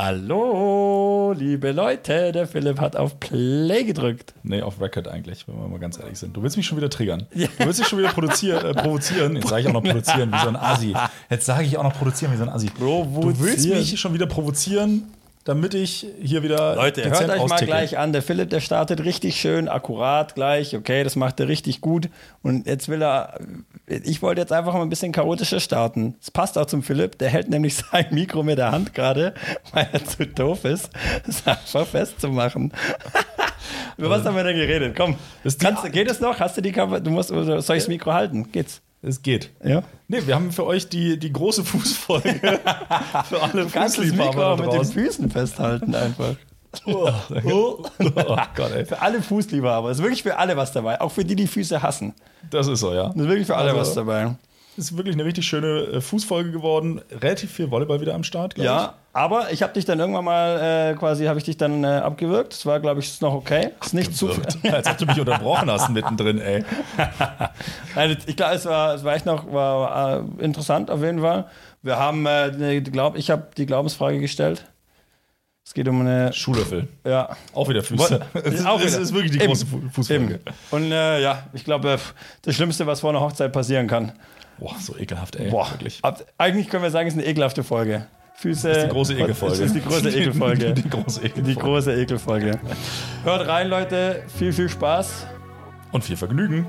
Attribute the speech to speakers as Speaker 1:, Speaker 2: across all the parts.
Speaker 1: Hallo, liebe Leute, der Philipp hat auf Play gedrückt.
Speaker 2: Nee, auf Record eigentlich, wenn wir mal ganz ehrlich sind. Du willst mich schon wieder triggern. Du willst mich schon wieder produzier- äh, provozieren. Jetzt sage ich auch noch produzieren wie so ein Assi. Jetzt sage ich auch noch produzieren wie so ein Assi. Du willst
Speaker 1: Provozieren.
Speaker 2: mich schon wieder provozieren, damit ich hier wieder
Speaker 1: Leute, hört euch mal
Speaker 2: austickle.
Speaker 1: gleich an. Der Philipp, der startet richtig schön, akkurat gleich. Okay, das macht er richtig gut. Und jetzt will er, ich wollte jetzt einfach mal ein bisschen chaotischer starten. Es passt auch zum Philipp. Der hält nämlich sein Mikro mit der Hand gerade, weil er zu doof ist, es einfach festzumachen. Über was haben wir denn geredet? Komm,
Speaker 2: Ist die-
Speaker 1: kannst, du- geht es noch? Hast du die Kamera? Du musst, oder soll ich das Mikro halten? Geht's?
Speaker 2: Es geht.
Speaker 1: Ja.
Speaker 2: Nee, wir haben für euch die, die große Fußfolge. für alle
Speaker 1: Du kannst das Mikro
Speaker 2: Fußliebhaber
Speaker 1: auch
Speaker 2: da
Speaker 1: mit den
Speaker 2: draußen.
Speaker 1: Füßen festhalten einfach.
Speaker 2: Oh, oh, oh Gott, ey.
Speaker 1: Für alle Fußliebhaber. Ist wirklich für alle was dabei. Auch für die, die Füße hassen.
Speaker 2: Das ist so, ja.
Speaker 1: Ist wirklich für alle
Speaker 2: Also,
Speaker 1: was dabei.
Speaker 2: Ist wirklich eine richtig schöne äh, Fußfolge geworden. Relativ viel Volleyball wieder am Start, glaub
Speaker 1: Ja, aber ich habe dich dann irgendwann mal äh, quasi, habe ich dich dann äh, abgewürgt. Das war, glaube ich, noch okay. Ist nicht zu.
Speaker 2: Wirkt. Als ob du mich unterbrochen hast mittendrin, ey.
Speaker 1: Nein, ich glaube, es war, es war echt noch war, äh, interessant auf jeden Fall. Wir haben, äh, ne, glaub, ich habe die Glaubensfrage gestellt. Es geht um eine.
Speaker 2: Schuhlöffel.
Speaker 1: Ja.
Speaker 2: Auch wieder Füße.
Speaker 1: Wo-
Speaker 2: Es ist,
Speaker 1: Auch
Speaker 2: es
Speaker 1: wieder.
Speaker 2: ist wirklich die
Speaker 1: Eben.
Speaker 2: große Fu- Fußfolge.
Speaker 1: Eben. Und äh, ja, ich glaube, äh, das Schlimmste, was vor einer Hochzeit passieren kann.
Speaker 2: Boah, so ekelhaft, ey.
Speaker 1: Boah,
Speaker 2: Wirklich.
Speaker 1: ab, eigentlich können wir sagen, es ist eine ekelhafte Folge. Füße.
Speaker 2: Die große Ekelfolge.
Speaker 1: Das ist die große Ekelfolge.
Speaker 2: die große Ekelfolge.
Speaker 1: Die große Ekelfolge. Hört rein, Leute. Viel, viel Spaß.
Speaker 2: Und viel Vergnügen.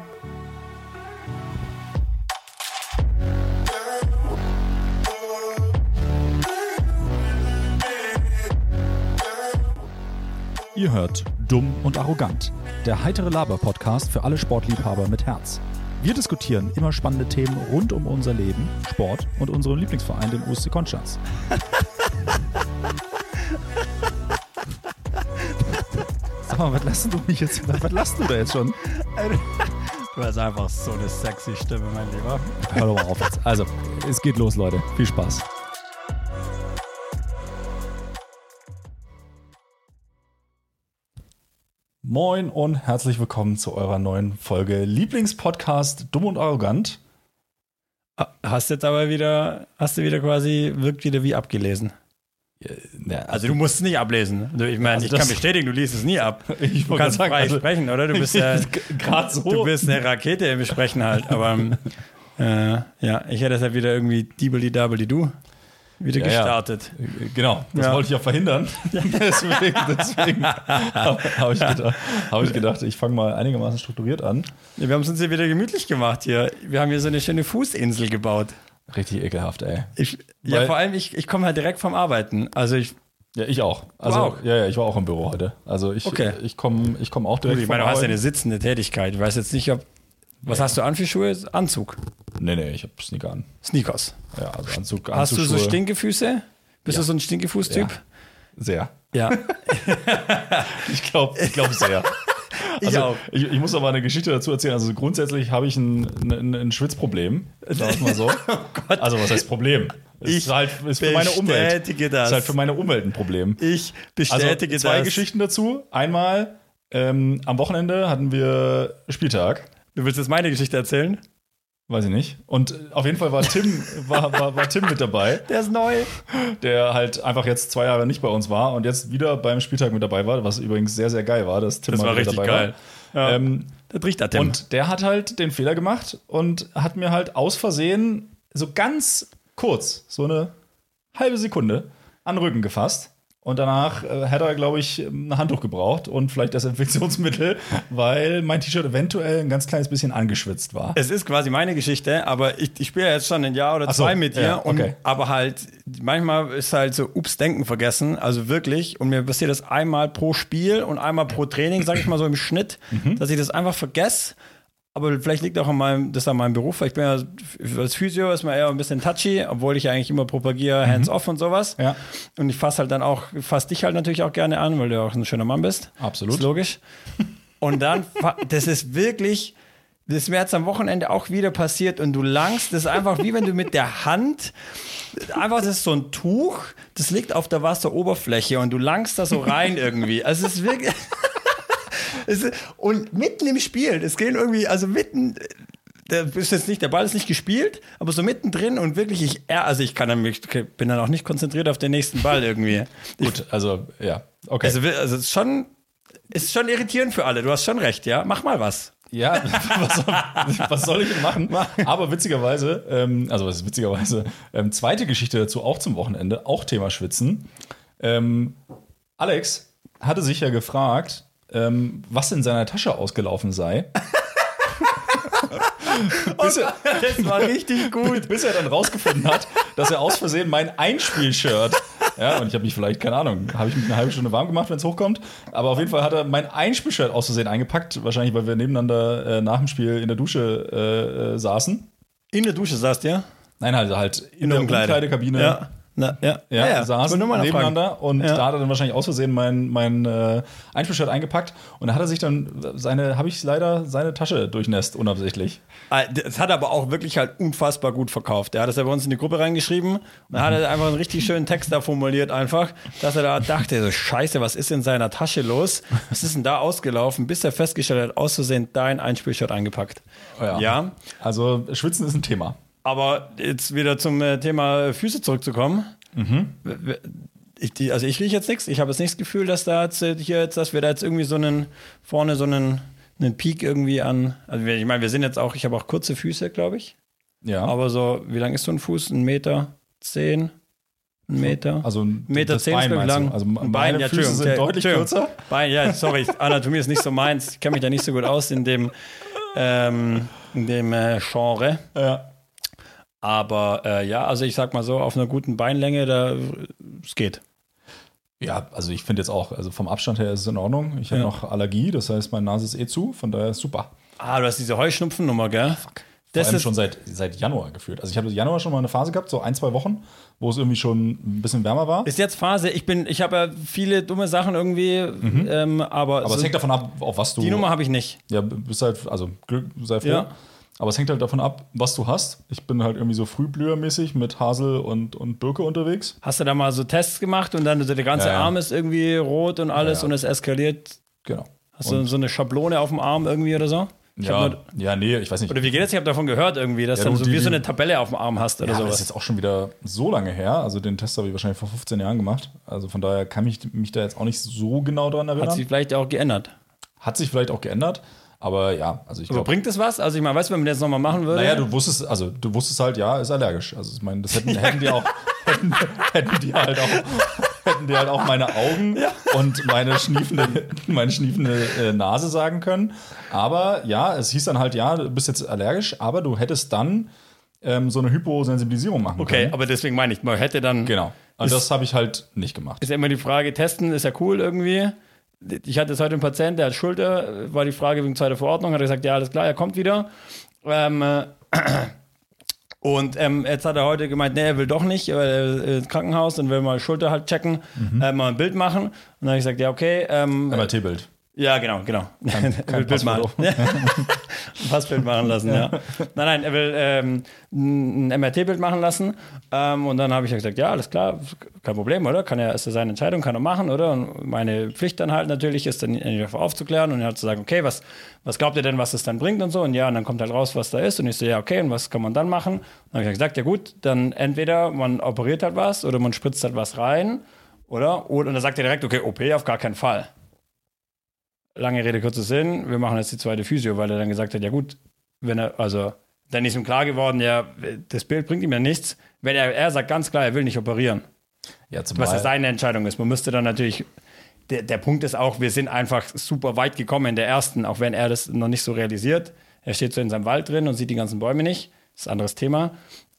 Speaker 3: Ihr hört Dumm und Arrogant, der heitere Laber-Podcast für alle Sportliebhaber mit Herz. Wir diskutieren immer spannende Themen rund um unser Leben, Sport und unseren Lieblingsverein, den USC Konstanz. Sag mal, was lassen du mich jetzt? Was lassen du da jetzt schon?
Speaker 1: Du hast einfach so eine sexy Stimme, mein Lieber.
Speaker 3: Hör doch mal auf jetzt. Also, es geht los, Leute. Viel Spaß.
Speaker 2: Moin und herzlich willkommen zu eurer neuen Folge Lieblingspodcast Dumm und Arrogant.
Speaker 1: Hast jetzt aber wieder, hast du wieder quasi, wirkt wieder wie abgelesen.
Speaker 2: Ja,
Speaker 1: Also du musst es nicht ablesen. Ich meine, ich
Speaker 2: Also das-
Speaker 1: kann bestätigen, du liest es nie ab.
Speaker 2: Ich
Speaker 1: du
Speaker 2: wollte
Speaker 1: kannst
Speaker 2: gerade
Speaker 1: frei
Speaker 2: sagen, also-
Speaker 1: sprechen, oder? Du bist ja
Speaker 2: gerade so.
Speaker 1: Du bist eine Rakete im Sprechen halt, aber ähm, äh, ja, ich hätte es halt wieder irgendwie dibbly dabbly du wieder
Speaker 2: Ja, ja.
Speaker 1: gestartet.
Speaker 3: also-
Speaker 2: Genau, das
Speaker 1: Ja.
Speaker 2: wollte ich ja verhindern. deswegen deswegen habe hab ich, gedacht- hab ich gedacht, ich fange mal einigermaßen strukturiert an.
Speaker 1: Ja. Wir haben es uns hier wieder gemütlich gemacht hier. Wir haben hier so eine schöne Fußinsel gebaut.
Speaker 2: Richtig ekelhaft, ey.
Speaker 1: Ich, ja,
Speaker 2: Weil-
Speaker 1: vor allem, ich, ich komme halt direkt vom Arbeiten. Also ich,
Speaker 2: Ja, ich auch. Also,
Speaker 1: auch?
Speaker 2: Ja, ja, ich war auch im Büro heute. Also ich,
Speaker 1: Okay.
Speaker 2: ich komme ich komm auch direkt
Speaker 1: ich meine, du
Speaker 2: vom
Speaker 1: hast ja eine
Speaker 2: Arbeiten.
Speaker 1: sitzende Tätigkeit. Ich weiß jetzt nicht, ob. Was hast du an für Schuhe? Anzug.
Speaker 2: Nee, nee, ich habe Sneaker an.
Speaker 1: Sneakers.
Speaker 2: Ja, also Anzug,
Speaker 1: Hast du so
Speaker 2: Anzugsschuhe.
Speaker 1: Stinkefüße? Bist du so ein Stinkefußtyp?
Speaker 2: Sehr.
Speaker 1: Ja.
Speaker 2: Ich glaube ich glaub sehr.
Speaker 1: Ich
Speaker 2: Also,
Speaker 1: auch.
Speaker 2: Ich, ich muss aber eine Geschichte dazu erzählen. Also grundsätzlich habe ich ein, ein, ein Schwitzproblem. Sag ich mal so.
Speaker 1: Oh Gott.
Speaker 2: Also was heißt Problem? Ist
Speaker 1: Ich
Speaker 2: halt ist für meine Umwelt.
Speaker 1: bestätige das.
Speaker 2: Ist halt für meine Umwelt ein Problem.
Speaker 1: Ich
Speaker 2: Also
Speaker 1: bestätige
Speaker 2: zwei
Speaker 1: das.
Speaker 2: Geschichten dazu. Einmal ähm, am Wochenende hatten wir Spieltag.
Speaker 1: Du willst jetzt meine Geschichte erzählen?
Speaker 2: Weiß ich nicht. Und äh, auf jeden Fall war Tim, war, war, war Tim mit dabei,
Speaker 1: Der ist neu.
Speaker 2: der halt einfach jetzt zwei Jahre nicht bei uns war und jetzt wieder beim Spieltag mit dabei war, was übrigens sehr, sehr geil war, dass Tim
Speaker 1: Das
Speaker 2: mal
Speaker 1: war
Speaker 2: wieder
Speaker 1: richtig
Speaker 2: dabei
Speaker 1: geil.
Speaker 2: war.
Speaker 1: Ja.
Speaker 2: Ähm,
Speaker 1: Das riecht er Und
Speaker 2: und der hat halt den Fehler gemacht und hat mir halt aus Versehen so ganz kurz, so eine halbe Sekunde, an den Rücken gefasst. Und danach äh, hätte er, glaube ich, ähm, ein Handtuch gebraucht und vielleicht Desinfektionsmittel, weil mein T-Shirt eventuell ein ganz kleines bisschen angeschwitzt war.
Speaker 1: es ist quasi meine Geschichte, aber ich, ich spiele ja jetzt schon ein Jahr oder
Speaker 2: so,
Speaker 1: zwei mit dir.
Speaker 2: ja,
Speaker 1: und,
Speaker 2: okay.
Speaker 1: aber halt, manchmal ist halt so, ups, denken vergessen. Also wirklich. Und mir passiert das einmal pro Spiel und einmal pro Training, sag ich mal so im Schnitt, dass ich das einfach vergesse. Aber vielleicht liegt auch an meinem, das an meinem Beruf, weil ich bin ja als Physio ist man eher ein bisschen touchy, obwohl ich ja eigentlich immer propagiere, hands off und sowas.
Speaker 2: Ja.
Speaker 1: Und ich fasse halt dann auch, fasse dich halt natürlich auch gerne an, weil du ja auch ein schöner Mann bist.
Speaker 2: Absolut.
Speaker 1: Ist logisch. Und dann, fa- das ist wirklich, das ist mir jetzt am Wochenende auch wieder passiert und du langst, das ist einfach wie wenn du mit der Hand, einfach das ist so ein Tuch, das liegt auf der Wasseroberfläche und du langst da so rein irgendwie. Also es ist wirklich, es ist, und mitten im Spiel, es gehen irgendwie, also mitten, der ist jetzt nicht, der Ball ist nicht gespielt, aber so mittendrin und wirklich, ich, ja, also ich kann dann, ich bin dann auch nicht konzentriert auf den nächsten Ball irgendwie.
Speaker 2: Gut, also ja, okay.
Speaker 1: Also, wir- also es ist schon, es ist schon irritierend für alle. Du hast schon recht, ja. Mach mal was.
Speaker 2: Ja, was soll, was soll ich denn machen? Aber witzigerweise, ähm, also was ist witzigerweise, ähm, zweite Geschichte dazu, auch zum Wochenende, auch Thema Schwitzen. Ähm, Alex hatte sich ja gefragt, ähm, was in seiner Tasche ausgelaufen sei. bis, er,
Speaker 1: Das war richtig gut.
Speaker 2: bis er dann rausgefunden hat, dass er aus Versehen mein Einspiel-Shirt, ja, und ich habe mich vielleicht, keine Ahnung, habe ich mich eine halbe Stunde warm gemacht, wenn es hochkommt, aber auf jeden Fall hat er mein Einspiel-Shirt aus Versehen eingepackt, wahrscheinlich, weil wir nebeneinander äh, nach dem Spiel in der Dusche äh, äh, saßen.
Speaker 1: In der Dusche saßt ihr?
Speaker 2: Nein, also halt in, der Umkleidekabine.
Speaker 1: Ja. Na, ja.
Speaker 2: Ja,
Speaker 1: ja, Ich
Speaker 2: saßen
Speaker 1: wollte nur mal nachfragen.
Speaker 2: nebeneinander und
Speaker 1: Ja.
Speaker 2: da hat er dann wahrscheinlich aus Versehen mein, mein äh, Einspielshirt eingepackt und da hat er sich dann seine, habe ich leider seine Tasche durchnässt, unabsichtlich.
Speaker 1: Ah, Das hat er aber auch wirklich halt unfassbar gut verkauft. Er hat das ja bei uns in die Gruppe reingeschrieben und dann hat er einfach einen richtig schönen Text da formuliert, einfach, dass er da dachte: so, Scheiße, was ist in seiner Tasche los? Was ist denn da ausgelaufen? Bis er festgestellt hat, aus Versehen dein Einspielshirt eingepackt.
Speaker 2: Oh Ja.
Speaker 1: Oh ja,
Speaker 2: Also Schwitzen ist ein Thema.
Speaker 1: Aber jetzt wieder zum äh, Thema Füße zurückzukommen. W- w- Ich, die, also ich rieche jetzt nichts. Ich habe jetzt nicht das Gefühl, dass da jetzt, äh, hier jetzt, dass wir da jetzt irgendwie so einen vorne so einen einen Peak irgendwie an. Also wir- ich meine, wir sind jetzt auch. Ich habe auch kurze Füße, glaube ich.
Speaker 2: Ja.
Speaker 1: Aber so wie lang ist so ein Fuß? Ein Meter zehn, ein Meter.
Speaker 2: Also ein
Speaker 1: Meter
Speaker 2: das
Speaker 1: zehn
Speaker 2: Bein
Speaker 1: ist, glaub ich,
Speaker 2: meinst du?
Speaker 1: lang.
Speaker 2: Also
Speaker 1: Ein
Speaker 2: meine
Speaker 1: Bein,
Speaker 2: Bein,
Speaker 1: ja,
Speaker 2: Füße
Speaker 1: Entschuldigung,
Speaker 2: sind
Speaker 1: ja,
Speaker 2: deutlich
Speaker 1: Entschuldigung.
Speaker 2: kürzer.
Speaker 1: Bein, ja, sorry, Anatomie ist nicht so meins. Ich kenne mich da nicht so gut aus in dem ähm, in dem äh, Genre.
Speaker 2: Ja.
Speaker 1: Aber äh, ja, also ich sag mal so, auf einer guten Beinlänge, da es geht.
Speaker 2: ja, also ich finde jetzt auch, also vom Abstand her ist es in Ordnung. Ich habe
Speaker 1: Ja.
Speaker 2: noch Allergie, das heißt, meine Nase ist eh zu, von daher ist super.
Speaker 1: Ah, du hast diese Heuschnupfennummer, gell? Fuck.
Speaker 2: Vor
Speaker 1: Das
Speaker 2: allem
Speaker 1: ist
Speaker 2: schon seit, seit Januar gefühlt. Also ich habe im Januar schon mal eine Phase gehabt, so ein, zwei Wochen, wo es irgendwie schon ein bisschen wärmer war.
Speaker 1: ist jetzt Phase. Ich bin, ich habe ja viele dumme Sachen irgendwie, ähm, aber,
Speaker 2: Mhm. Aber es
Speaker 1: so,
Speaker 2: hängt davon ab, auf was du.
Speaker 1: die Nummer habe ich nicht.
Speaker 2: Ja, bist halt, also Glück, sei froh.
Speaker 1: Ja.
Speaker 2: Aber es hängt halt davon ab, was du hast. Ich bin halt irgendwie so frühblühermäßig mit Hasel und, und Birke unterwegs.
Speaker 1: Hast du da mal so Tests gemacht und dann so der ganze
Speaker 2: Ja, ja.
Speaker 1: Arm ist irgendwie rot und alles
Speaker 2: Ja, ja.
Speaker 1: und es eskaliert?
Speaker 2: Genau.
Speaker 1: Hast du so eine Schablone auf dem Arm irgendwie oder so? Ich hab
Speaker 2: ja,
Speaker 1: nur,
Speaker 2: ja, nee, ich weiß nicht.
Speaker 1: oder wie geht das? Ich habe davon gehört irgendwie, dass
Speaker 2: Ja,
Speaker 1: dann
Speaker 2: du,
Speaker 1: so,
Speaker 2: die-
Speaker 1: wie so
Speaker 2: die-
Speaker 1: eine Tabelle auf dem Arm hast oder
Speaker 2: Ja, aber das
Speaker 1: sowas.
Speaker 2: ist jetzt auch schon wieder so lange her. Also den Test habe ich wahrscheinlich vor 15 Jahren gemacht. Also von daher kann ich mich da jetzt auch nicht so genau dran erinnern.
Speaker 1: Hat sich vielleicht auch geändert.
Speaker 2: vielleicht auch geändert. Aber ja, also ich
Speaker 1: Aber
Speaker 2: glaube.
Speaker 1: bringt das was? Also ich meine, weißt du, wenn man das nochmal machen würde?
Speaker 2: Naja, du wusstest, also du wusstest halt, ja, ist allergisch. Also ich meine, das hätten, hätten die auch, hätten, hätten die halt auch, hätten die halt auch meine Augen und meine schniefende, meine schniefende äh, Nase sagen können. Aber ja, es hieß dann halt, ja, du bist jetzt allergisch, aber du hättest dann ähm, so eine Hyposensibilisierung machen
Speaker 1: okay,
Speaker 2: können.
Speaker 1: aber deswegen meine ich, man hätte dann
Speaker 2: Genau. Und das habe ich halt nicht gemacht.
Speaker 1: ist ja immer die Frage, testen ist ja cool irgendwie. Ich hatte jetzt heute einen Patienten, der hat Schulter, war die Frage wegen zweiter Verordnung, hat er gesagt, ja, alles klar, er kommt wieder. Ähm, äh, und ähm, jetzt hat er heute gemeint, nee, er will doch nicht, weil er ist ins Krankenhaus und will mal Schulter halt checken, äh, mal ein Bild machen. Und dann habe ich gesagt, ja, okay. Ähm,
Speaker 2: MRT-Bild.
Speaker 1: ja, genau, genau. Kein,
Speaker 2: kein
Speaker 1: Bild machen.
Speaker 2: Passwort
Speaker 1: Ja. Ein Passbild machen lassen, ja. Nein, nein, er will ähm, ein ein MRT-Bild machen lassen. Ähm, und dann habe ich ja gesagt, ja, alles klar, kein Problem, oder? Kann er, ist ja seine Entscheidung, kann er machen, oder? Und meine Pflicht dann halt natürlich ist, dann ihn darauf aufzuklären und halt zu sagen, okay, was, was glaubt ihr denn, was es dann bringt und so? Und ja, und dann kommt halt raus, was da ist. Und ich so, ja, okay, und was kann man dann machen? Und dann habe ich gesagt, ja gut, dann entweder man operiert halt was oder man spritzt halt was rein, oder? Und, und dann sagt er direkt, okay, OP auf gar keinen Fall lange Rede, kurzer Sinn, wir machen jetzt die zweite Physio, weil er dann gesagt hat, ja gut, wenn er, also dann ist ihm klar geworden, ja, das Bild bringt ihm ja nichts, wenn er, er sagt ganz klar, er will nicht operieren,
Speaker 2: Ja, zumal,
Speaker 1: was ja seine Entscheidung ist. Man müsste dann natürlich, der, der Punkt ist auch, wir sind einfach super weit gekommen in der ersten, auch wenn er das noch nicht so realisiert. Er steht so in seinem Wald drin und sieht die ganzen Bäume nicht, das ist ein anderes Thema,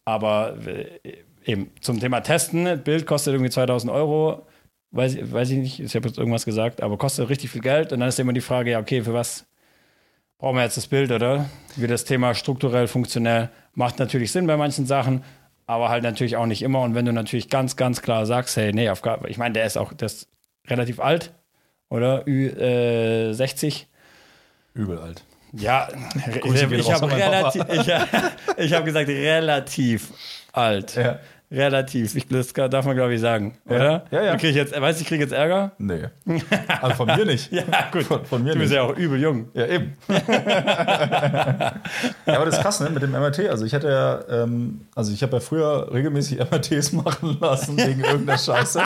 Speaker 1: aber äh, eben zum Thema Testen, Bild kostet irgendwie 2000 Euro, weiß, ich- weiß ich nicht, ich habe jetzt irgendwas gesagt, aber kostet richtig viel Geld. Und dann ist immer die Frage, ja, okay, für was brauchen wir jetzt das Bild, oder? Wie das Thema strukturell, funktionell macht natürlich Sinn bei manchen Sachen, aber halt natürlich auch nicht immer. Und wenn du natürlich ganz, ganz klar sagst, hey, nee, auf gar, ich meine, der ist auch der ist relativ alt, oder? Ü, äh, 60.
Speaker 2: übel alt.
Speaker 1: Ja,
Speaker 2: Grüße
Speaker 1: ich,
Speaker 2: gehen
Speaker 1: ich
Speaker 2: raus
Speaker 1: habe
Speaker 2: an meinen Papa.
Speaker 1: relativ, ich, ich hab gesagt, relativ alt.
Speaker 2: Ja.
Speaker 1: relativ. Ich, das kann- darf man, glaube ich, sagen, oder?
Speaker 2: Ja, ja.
Speaker 1: Dann krieg ich jetzt, weißt du, ich kriege jetzt Ärger?
Speaker 2: Nee. Also von mir nicht.
Speaker 1: Ja, gut.
Speaker 2: Von, von mir
Speaker 1: Du bist
Speaker 2: nicht.
Speaker 1: ja auch übel jung.
Speaker 2: Ja, eben. ja, aber das ist krass, ne, mit dem MRT. Also ich hatte ja, ähm, also ich habe ja früher regelmäßig MRTs machen lassen wegen irgendeiner Scheiße.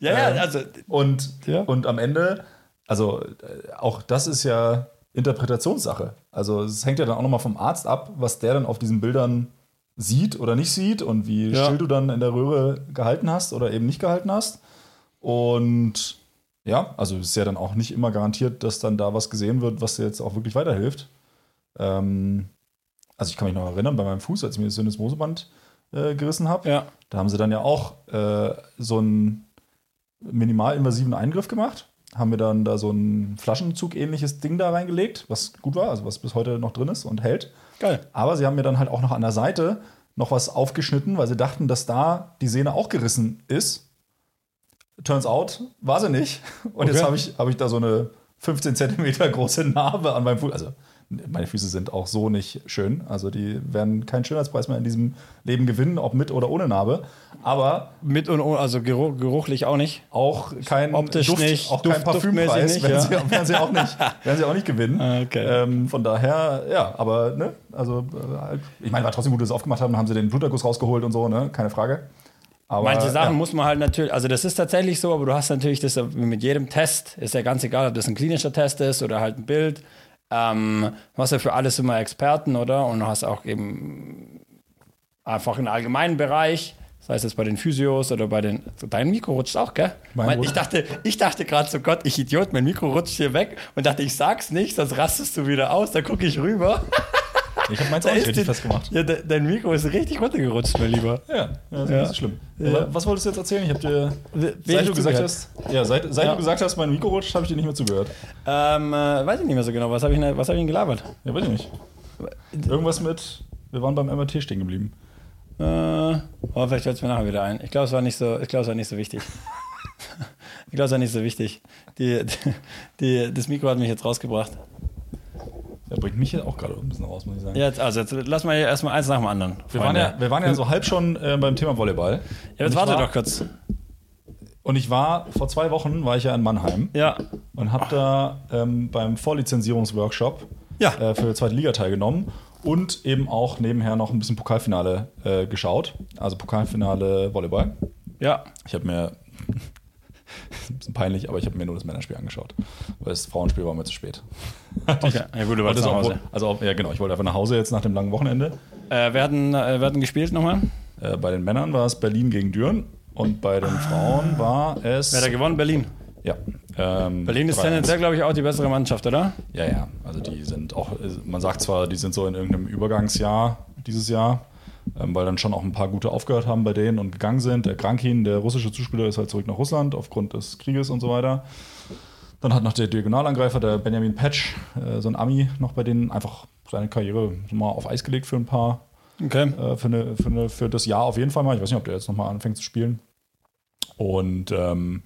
Speaker 1: Ja, ja, also,
Speaker 2: Ähm, Und,
Speaker 1: Ja.
Speaker 2: und am Ende, also äh, auch das ist ja Interpretationssache. Also es hängt ja dann auch nochmal vom Arzt ab, was der dann auf diesen Bildern sieht oder nicht sieht und wie
Speaker 1: Ja.
Speaker 2: still du dann in der Röhre gehalten hast oder eben nicht gehalten hast. Und ja, also es ist ja dann auch nicht immer garantiert, dass dann da was gesehen wird, was dir jetzt auch wirklich weiterhilft. Ähm, also ich kann mich noch erinnern, bei meinem Fuß, als ich mir das Syndesmoseband äh, gerissen habe,
Speaker 1: ja.
Speaker 2: da haben sie dann ja auch äh, so einen minimalinvasiven Eingriff gemacht. Haben wir dann da so ein Flaschenzug-ähnliches Ding da reingelegt, was gut war, also was bis heute noch drin ist und hält.
Speaker 1: Geil.
Speaker 2: Aber sie haben mir dann halt auch noch an der Seite noch was aufgeschnitten, weil sie dachten, dass da die Sehne auch gerissen ist. Turns out, war sie nicht. Und jetzt
Speaker 1: Okay.
Speaker 2: habe ich, hab ich da so eine 15 Zentimeter große Narbe an meinem Fuß. Also, meine Füße sind auch so nicht schön. Also, die werden keinen Schönheitspreis mehr in diesem Leben gewinnen, ob mit oder ohne Narbe. Aber
Speaker 1: Mit und ohne, also geruch, geruchlich auch nicht.
Speaker 2: auch kein
Speaker 1: Optisch
Speaker 2: Duft,
Speaker 1: nicht,
Speaker 2: auch kein
Speaker 1: Duft-
Speaker 2: Parfümpreis,
Speaker 1: duftmäßig nicht,
Speaker 2: werden,
Speaker 1: ja.
Speaker 2: sie, werden, sie auch nicht, werden sie auch nicht gewinnen.
Speaker 1: Ah, okay.
Speaker 2: Ähm, von daher, ja, aber ne, also äh, halt, ich meine, war trotzdem gut, dass sie es aufgemacht haben, haben sie den Bluterguss rausgeholt und so, ne, keine Frage. Aber,
Speaker 1: Manche Sachen
Speaker 2: ja.
Speaker 1: muss man halt natürlich, also das ist tatsächlich so, aber du hast natürlich das äh, mit jedem Test, ist ja ganz egal, ob das ein klinischer Test ist oder halt ein Bild. Ähm, du hast ja für alles immer Experten, oder? Und du hast auch eben einfach einen allgemeinen Bereich, sei es jetzt bei den Physios oder bei den. Dein Mikro rutscht auch, gell?
Speaker 2: Mein
Speaker 1: Mein, ich
Speaker 2: rutscht.
Speaker 1: dachte, ich dachte gerade so, Gott, ich Idiot, mein Mikro rutscht hier weg und dachte, ich sag's nicht, sonst rastest du wieder aus, da gucke ich rüber.
Speaker 2: Ich habe meins auch
Speaker 1: Da
Speaker 2: nicht
Speaker 1: ist
Speaker 2: richtig
Speaker 1: die-
Speaker 2: festgemacht.
Speaker 1: Ja, de, dein Mikro ist richtig runtergerutscht, mein Lieber.
Speaker 2: Ja, ja, das ist
Speaker 1: Ja.
Speaker 2: nicht so schlimm. Aber Was wolltest du jetzt erzählen? Ich habe dir, seit
Speaker 1: wenig
Speaker 2: du gesagt
Speaker 1: zugehört.
Speaker 2: hast, ja, seit, seit
Speaker 1: Ja.
Speaker 2: du gesagt hast, mein Mikro rutscht, habe ich dir nicht mehr zugehört.
Speaker 1: Ähm, äh, weiß ich nicht mehr so genau. Was habe ich, denn- was hab ich denn gelabert?
Speaker 2: Ja, weiß ich nicht. Irgendwas mit, wir waren beim MRT stehen geblieben.
Speaker 1: Äh, oh, vielleicht fällt es mir nachher wieder ein. Ich glaube, es war nicht so, ich glaube, es war nicht so wichtig. ich glaube, es war nicht so wichtig. Die, die, das Mikro hat mich jetzt rausgebracht.
Speaker 2: Ja, bringt mich ja auch gerade ein bisschen raus, muss ich sagen.
Speaker 1: Jetzt, also, jetzt lass mal hier erstmal eins nach dem anderen.
Speaker 2: Wir waren, ja, wir waren ja so halb schon äh, beim Thema Volleyball.
Speaker 1: Hm. ja jetzt
Speaker 2: Und ich
Speaker 1: warte
Speaker 2: war,
Speaker 1: doch kurz.
Speaker 2: Und ich war, vor zwei Wochen war ich ja in Mannheim
Speaker 1: Ja.
Speaker 2: und habe da ähm, beim Vorlizenzierungsworkshop
Speaker 1: Ja.
Speaker 2: äh, für die zweite Liga teilgenommen und eben auch nebenher noch ein bisschen Pokalfinale äh, geschaut. Also Pokalfinale Volleyball.
Speaker 1: Ja.
Speaker 2: Ich habe mir, ein bisschen peinlich, aber ich habe mir nur das Männerspiel angeschaut, weil das Frauenspiel war mir zu spät.
Speaker 1: Okay. Ja, gut, du
Speaker 2: Wollte
Speaker 1: wolltest
Speaker 2: es
Speaker 1: nach
Speaker 2: auch-
Speaker 1: Hause.
Speaker 2: Also, auch- ja genau, ich wollte einfach nach Hause jetzt nach dem langen Wochenende.
Speaker 1: Äh, wir, hatten, äh, wir hatten gespielt nochmal.
Speaker 2: Äh, bei den Männern war es Berlin gegen Düren und bei den Frauen war es.
Speaker 1: Wer hat da gewonnen? Berlin.
Speaker 2: Ja. Ähm,
Speaker 1: Berlin ist
Speaker 2: 3-1.
Speaker 1: tendenziell, glaube ich, auch die bessere Mannschaft, oder?
Speaker 2: Ja, ja. Also die sind auch, man sagt zwar, die sind so in irgendeinem Übergangsjahr dieses Jahr, ähm, weil dann schon auch ein paar gute aufgehört haben bei denen und gegangen sind. Der Krankin, der russische Zuspieler, ist halt zurück nach Russland aufgrund des Krieges und so weiter. Dann hat noch der Diagonalangreifer, der Benjamin Patch, äh, so ein Ami, noch bei denen einfach seine Karriere mal auf Eis gelegt für ein paar
Speaker 1: Okay.
Speaker 2: äh, für, eine, für, eine, für das Jahr auf jeden Fall mal. Ich weiß nicht, ob der jetzt nochmal anfängt zu spielen. Und ähm,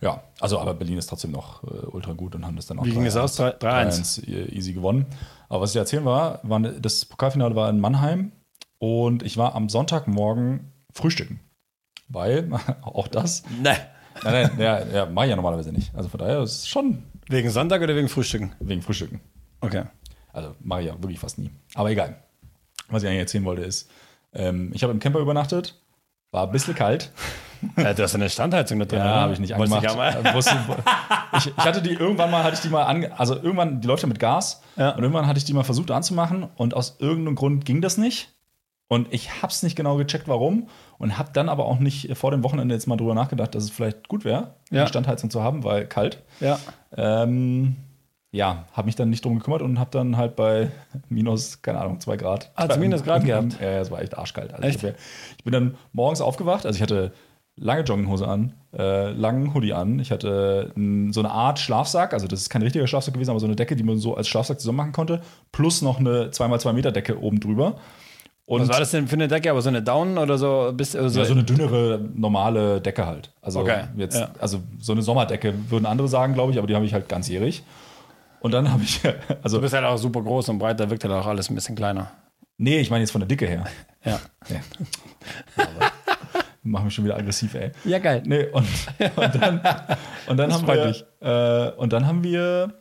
Speaker 2: ja, also aber Berlin ist trotzdem noch äh, ultra gut und haben das dann auch
Speaker 1: Wie ging es aus?
Speaker 2: 3-1.
Speaker 1: 3-1.
Speaker 2: 3-1 e- easy gewonnen. Aber was ich erzählen war, war ne- das Pokalfinale war in Mannheim und ich war am Sonntagmorgen frühstücken. Weil, auch das,
Speaker 1: Ne.
Speaker 2: nein, nein, ja, ja, mache ich ja normalerweise nicht. Also von daher ist es schon
Speaker 1: Wegen Sonntag oder wegen Frühstücken?
Speaker 2: wegen Frühstücken.
Speaker 1: Okay.
Speaker 2: Also mache ich ja wirklich fast nie. Aber egal. Was ich eigentlich erzählen wollte ist, ähm, ich habe im Camper übernachtet, war ein bisschen kalt.
Speaker 1: Ja, Äh, du hast eine Standheizung da drin.
Speaker 2: Ja,
Speaker 1: oder?
Speaker 2: habe ich nicht
Speaker 1: Wolltest
Speaker 2: angemacht.
Speaker 1: du nicht
Speaker 2: Äh, wusste- ich, ich hatte die irgendwann mal, hatte ich die mal ange also irgendwann, die läuft ja mit Gas.
Speaker 1: Ja.
Speaker 2: Und irgendwann hatte ich die mal versucht anzumachen und aus irgendeinem Grund ging das nicht. Und ich habe es nicht genau gecheckt, warum. Und habe dann aber auch nicht vor dem Wochenende jetzt mal drüber nachgedacht, dass es vielleicht gut wäre,
Speaker 1: Ja.
Speaker 2: eine Standheizung zu haben, weil kalt.
Speaker 1: Ja.
Speaker 2: Ähm, ja, habe mich dann nicht drum gekümmert und habe dann halt bei minus, keine Ahnung, zwei Grad.
Speaker 1: Hat's Ah, minus Grad gehabt?
Speaker 2: Ja, ja, es war echt arschkalt. Also
Speaker 1: Echt?
Speaker 2: Ich, hab ja, ich bin dann morgens aufgewacht, also ich hatte lange Jogginghose an, äh, langen Hoodie an. Ich hatte n, so eine Art Schlafsack, also das ist kein richtiger Schlafsack gewesen, aber so eine Decke, die man so als Schlafsack zusammen machen konnte, plus noch eine 2x2 Meter Decke oben drüber. Und
Speaker 1: Was war das denn für eine Decke? Aber so eine Down oder so? also Bis, so,
Speaker 2: ja, so eine dünnere, normale Decke halt. Also,
Speaker 1: Okay,
Speaker 2: jetzt,
Speaker 1: ja.
Speaker 2: also so eine Sommerdecke würden andere sagen, glaube ich, aber die habe ich halt ganzjährig. Und dann habe ich,
Speaker 1: du
Speaker 2: also,
Speaker 1: bist halt auch super groß und breit, da wirkt halt auch alles ein bisschen kleiner.
Speaker 2: nee, ich meine jetzt von der Dicke her.
Speaker 1: Ja.
Speaker 2: Ja. Mach mich schon wieder aggressiv, ey.
Speaker 1: Ja, geil.
Speaker 2: Nee, und, und dann, und dann
Speaker 1: Das
Speaker 2: haben
Speaker 1: freut
Speaker 2: wir, äh, und dann haben wir,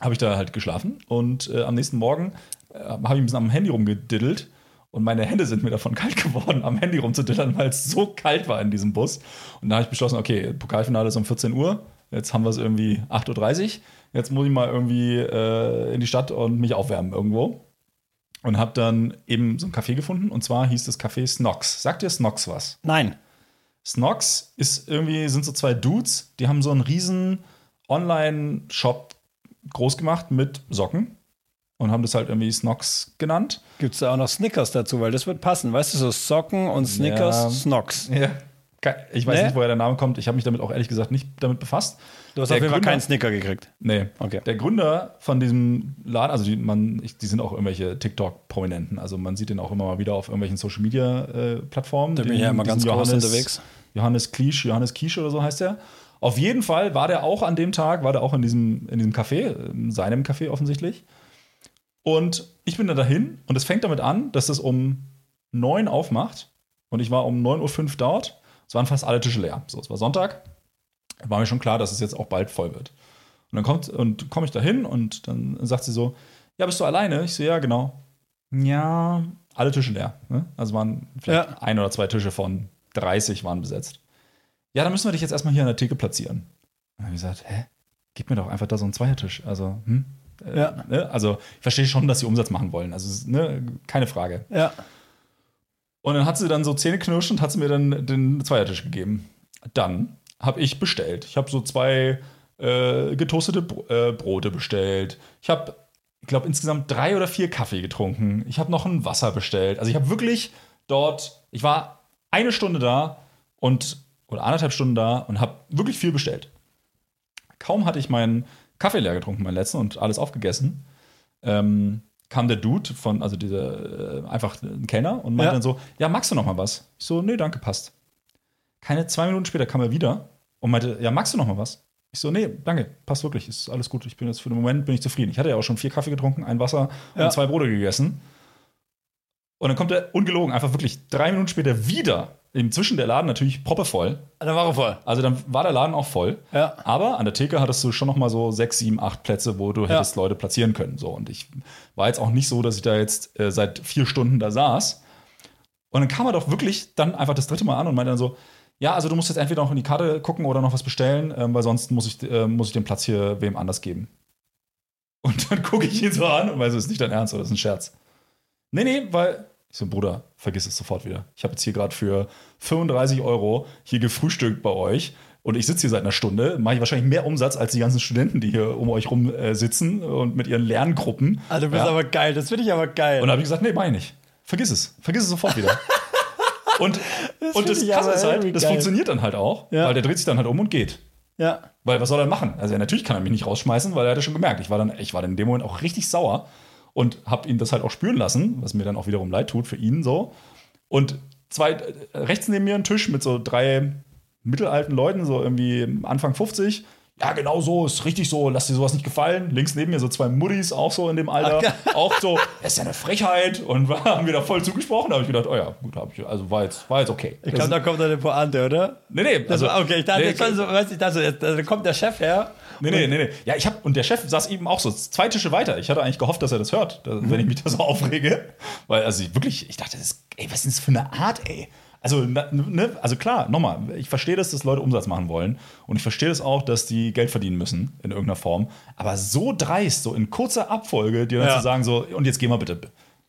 Speaker 2: habe ich da halt geschlafen und äh, am nächsten Morgen äh, habe ich ein bisschen am Handy rumgediddelt und meine Hände sind mir davon kalt geworden, am Handy rumzudiddern, weil es so kalt war in diesem Bus. Und da habe ich beschlossen, okay, Pokalfinale ist um 14 Uhr, jetzt haben wir es irgendwie 8.30 Uhr, jetzt muss ich mal irgendwie äh, in die Stadt und mich aufwärmen irgendwo. Und habe dann eben so ein Café gefunden und zwar hieß das Café Snox. Sagt dir Snox was?
Speaker 1: Nein.
Speaker 2: Snox ist irgendwie, sind so zwei Dudes, die haben so einen riesen Online-Shop groß gemacht mit Socken und haben das halt irgendwie Snox genannt.
Speaker 1: Gibt es da auch noch Snickers dazu, weil das wird passen. Weißt du, so Socken und Snickers,
Speaker 2: Ja.
Speaker 1: Snocks.
Speaker 2: Ja. Ich weiß
Speaker 1: Nee?
Speaker 2: nicht, woher der Name kommt. Ich habe mich damit auch ehrlich gesagt nicht damit befasst.
Speaker 1: Ne? Du hast
Speaker 2: Der
Speaker 1: auf jeden Fall
Speaker 2: Gründer-
Speaker 1: keinen Snicker gekriegt.
Speaker 2: Nee.
Speaker 1: Okay.
Speaker 2: Der Gründer von diesem Laden, also die, man, ich, die sind auch irgendwelche TikTok-Prominenten. Also man sieht den auch immer mal wieder auf irgendwelchen Social-Media-Plattformen.
Speaker 1: Da bin ich ja immer ganz groß unterwegs.
Speaker 2: Johannes Kliesch, Johannes Kiesch oder so heißt er. Auf jeden Fall war der auch an dem Tag, war der auch in diesem, in diesem Café, in seinem Café offensichtlich. Und ich bin dann dahin und es fängt damit an, dass es um 9 aufmacht. Und ich war um 9.05 Uhr dort. Es waren fast alle Tische leer. So, es war Sonntag. War mir schon klar, dass es jetzt auch bald voll wird. Und dann kommt und komme ich da hin und dann sagt sie so: Ja, bist du alleine? Ich so, ja, genau. Ja, alle Tische leer. Ne? Also waren vielleicht
Speaker 1: Ja.
Speaker 2: ein oder zwei Tische von 30 waren besetzt. Ja, dann müssen wir dich jetzt erstmal hier an der Theke platzieren. Und dann habe ich gesagt, hä? Gib mir doch einfach da so einen Zweiertisch. Also, hm? Äh,
Speaker 1: Ja.
Speaker 2: ne? Also, ich verstehe schon, dass sie Umsatz machen wollen. Also, es ist, ne? keine Frage.
Speaker 1: Ja.
Speaker 2: Und dann hat sie dann so zähneknirschend, hat sie mir dann den Zweiertisch gegeben. Dann habe ich bestellt. Ich habe so zwei äh, getoastete Br äh, Brote bestellt. Ich habe, ich glaube, insgesamt drei oder vier Kaffee getrunken. Ich habe noch ein Wasser bestellt. Also ich habe wirklich dort, ich war eine Stunde da und, oder anderthalb Stunden da und habe wirklich viel bestellt. Kaum hatte ich meinen Kaffee leer getrunken, meinen letzten, und alles aufgegessen, ähm, kam der Dude von, also dieser, äh, einfach ein Kellner und meinte
Speaker 1: Ja.
Speaker 2: dann so, ja, magst du noch mal was? Ich so, nee, danke, passt. Keine zwei Minuten später kam er wieder und meinte, ja, magst du noch mal was? Ich so, nee, danke, passt wirklich, ist alles gut. Ich bin jetzt für den Moment bin ich zufrieden. Ich hatte ja auch schon vier Kaffee getrunken, ein Wasser
Speaker 1: Ja.
Speaker 2: und zwei Brote gegessen. Und dann kommt er ungelogen, einfach wirklich drei Minuten später wieder. Inzwischen der Laden natürlich proppevoll.
Speaker 1: Dann Ah, war er voll.
Speaker 2: Also dann war der Laden auch voll.
Speaker 1: Ja.
Speaker 2: Aber an der Theke hattest du schon noch mal so sechs, sieben, acht Plätze, wo du hättest Leute platzieren können. So. Und ich war jetzt auch nicht so, dass ich da jetzt äh, seit vier Stunden da saß. Und dann kam er doch wirklich dann einfach das dritte Mal an und meinte dann so, ja, also du musst jetzt entweder noch in die Karte gucken oder noch was bestellen, ähm, weil sonst muss ich, äh, muss ich den Platz hier wem anders geben. Und dann gucke ich ihn so an und weiß, es ist nicht dein Ernst oder ist ein Scherz. Nee, nee, weil. Ich so, Bruder, vergiss es sofort wieder. Ich habe jetzt hier gerade für 35 Euro hier gefrühstückt bei euch und ich sitze hier seit einer Stunde, mache ich wahrscheinlich mehr Umsatz als die ganzen Studenten, die hier um euch rum äh, sitzen und mit ihren Lerngruppen.
Speaker 1: Ah, du bist
Speaker 2: Ja.
Speaker 1: aber geil. Das finde ich aber geil.
Speaker 2: Und da habe ich gesagt, nee, meine ich. nicht. Vergiss es. Vergiss es sofort wieder. und das, und
Speaker 1: find
Speaker 2: das
Speaker 1: ich
Speaker 2: Krasse
Speaker 1: aber
Speaker 2: ist halt,
Speaker 1: irgendwie
Speaker 2: das
Speaker 1: geil.
Speaker 2: funktioniert dann halt auch,
Speaker 1: Ja.
Speaker 2: weil der dreht sich dann halt um und geht.
Speaker 1: ja.
Speaker 2: Weil was soll er machen? Also ja, natürlich kann er mich nicht rausschmeißen, weil er hat ja schon gemerkt, ich war dann, ich war dann in dem Moment auch richtig sauer und habe ihn das halt auch spüren lassen, was mir dann auch wiederum leid tut für ihn so. Und zwei äh, rechts neben mir ein Tisch mit so drei mittelalten Leuten, so irgendwie Anfang 50. Ja, genau so, ist richtig so, lass dir sowas nicht gefallen. Links neben mir so zwei Muddies, auch so in dem Alter. Auch so, das ist ja eine Frechheit. Und haben mir da voll zugesprochen. Da habe ich gedacht, oh ja, gut, hab ich, also war jetzt, war jetzt okay.
Speaker 1: Ich glaube, da kommt dann eine Pointe, oder?
Speaker 2: nee, nee,
Speaker 1: Das war, okay, ich dachte,
Speaker 2: nee,
Speaker 1: jetzt war so, weiß Also, ich, dachte, so, jetzt, also kommt der Chef her.
Speaker 2: Nee, nee, nee, nee. Ja, ich hab, und der Chef saß eben auch so zwei Tische weiter. Ich hatte eigentlich gehofft, dass er das hört, dass, wenn ich mich da so aufrege. Weil, also ich wirklich, ich dachte, das ist, ey, was ist denn das für eine Art, ey? Also, na, ne, also klar, nochmal, ich verstehe das, dass Leute Umsatz machen wollen. Und ich verstehe das auch, dass die Geld verdienen müssen, in irgendeiner Form. Aber so dreist, so in kurzer Abfolge, dir dann
Speaker 1: Ja.
Speaker 2: zu sagen, so, und jetzt geh mal bitte.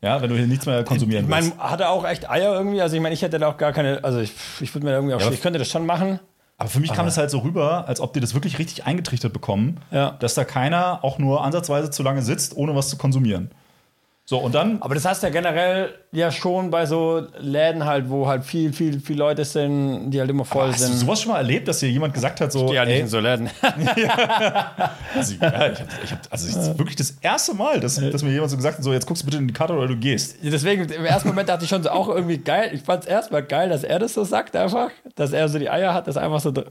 Speaker 2: Ja, wenn du hier nichts mehr konsumieren
Speaker 1: Ich
Speaker 2: willst.
Speaker 1: meine, hat er auch echt Eier irgendwie? Also, ich meine, ich hätte da auch gar keine. Also, ich, ich würde mir da irgendwie auch.
Speaker 2: aber-
Speaker 1: ich könnte das schon machen.
Speaker 2: Aber für mich kam es halt so rüber, als ob die das wirklich richtig eingetrichtert bekommen,
Speaker 1: Ja.
Speaker 2: dass da keiner auch nur ansatzweise zu lange sitzt, ohne was zu konsumieren. So, und dann.
Speaker 1: Aber das hast du ja generell ja schon bei so Läden halt, wo halt viel, viel, viel Leute sind, die halt immer voll
Speaker 2: Hast du
Speaker 1: sind.
Speaker 2: sowas schon mal erlebt, dass dir jemand gesagt hat, so.
Speaker 1: Die halt nicht
Speaker 2: ey,
Speaker 1: in so Läden.
Speaker 2: also, ja, ich hab, ich hab, also das ist wirklich das erste Mal, dass, dass mir jemand so gesagt hat, so, jetzt guckst du bitte in die Karte oder du gehst.
Speaker 1: Deswegen, im ersten Moment dachte ich schon so, auch irgendwie geil. Ich fand es erstmal geil, dass er das so sagt, einfach. Dass er so die Eier hat, das einfach so dr-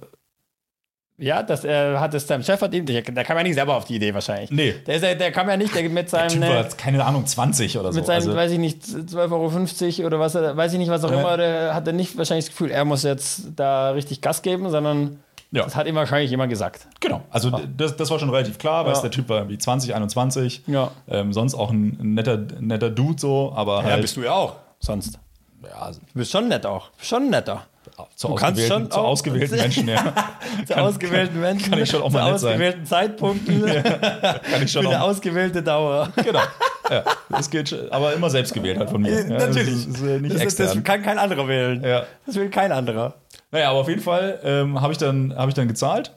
Speaker 1: Ja, das äh, hat es seinem Chef hat ihm. Der, der kam ja nicht selber auf die Idee wahrscheinlich.
Speaker 2: Nee.
Speaker 1: Der, ist ja- der kam ja nicht der, mit
Speaker 2: Typ
Speaker 1: seinem.
Speaker 2: war,
Speaker 1: äh,
Speaker 2: jetzt, keine Ahnung, 20 oder so.
Speaker 1: mit seinem,
Speaker 2: also,
Speaker 1: weiß ich nicht, 12,50 Euro oder was, er- weiß ich nicht, was auch
Speaker 2: Ja.
Speaker 1: immer, der hatte nicht wahrscheinlich das Gefühl, er muss jetzt da richtig Gas geben, sondern
Speaker 2: Ja.
Speaker 1: das hat ihm wahrscheinlich jemand gesagt.
Speaker 2: Genau, also d- das, das war schon relativ klar, weil
Speaker 1: Ja.
Speaker 2: der Typ war irgendwie 20, 21.
Speaker 1: Ja.
Speaker 2: Ähm, sonst auch ein ein netter, netter Dude so, aber
Speaker 1: Ja,
Speaker 2: halt.
Speaker 1: bist du ja auch. Sonst.
Speaker 2: ja, also. so-
Speaker 1: Du bist schon nett auch. Schon netter.
Speaker 2: zu
Speaker 1: Du kannst
Speaker 2: ausgewählten,
Speaker 1: schon
Speaker 2: zu
Speaker 1: auch-
Speaker 2: ausgewählten Menschen, ja.
Speaker 1: Zu ausgewählten Menschen.
Speaker 2: kann ich schon auch mal
Speaker 1: zu ausgewählten
Speaker 2: nett sein.
Speaker 1: Zeitpunkten.
Speaker 2: Kann ich
Speaker 1: Für
Speaker 2: schon
Speaker 1: eine
Speaker 2: auch,
Speaker 1: ausgewählte Dauer.
Speaker 2: Genau. Ja, das geht schon, aber immer selbst gewählt halt von mir. Ja, Das ist, äh, nicht
Speaker 1: Das, ist- das
Speaker 2: extern.
Speaker 1: kann kein anderer wählen.
Speaker 2: Ja.
Speaker 1: Das will kein anderer.
Speaker 2: Naja, aber auf jeden Fall ähm, habe ich, dann- hab ich dann gezahlt.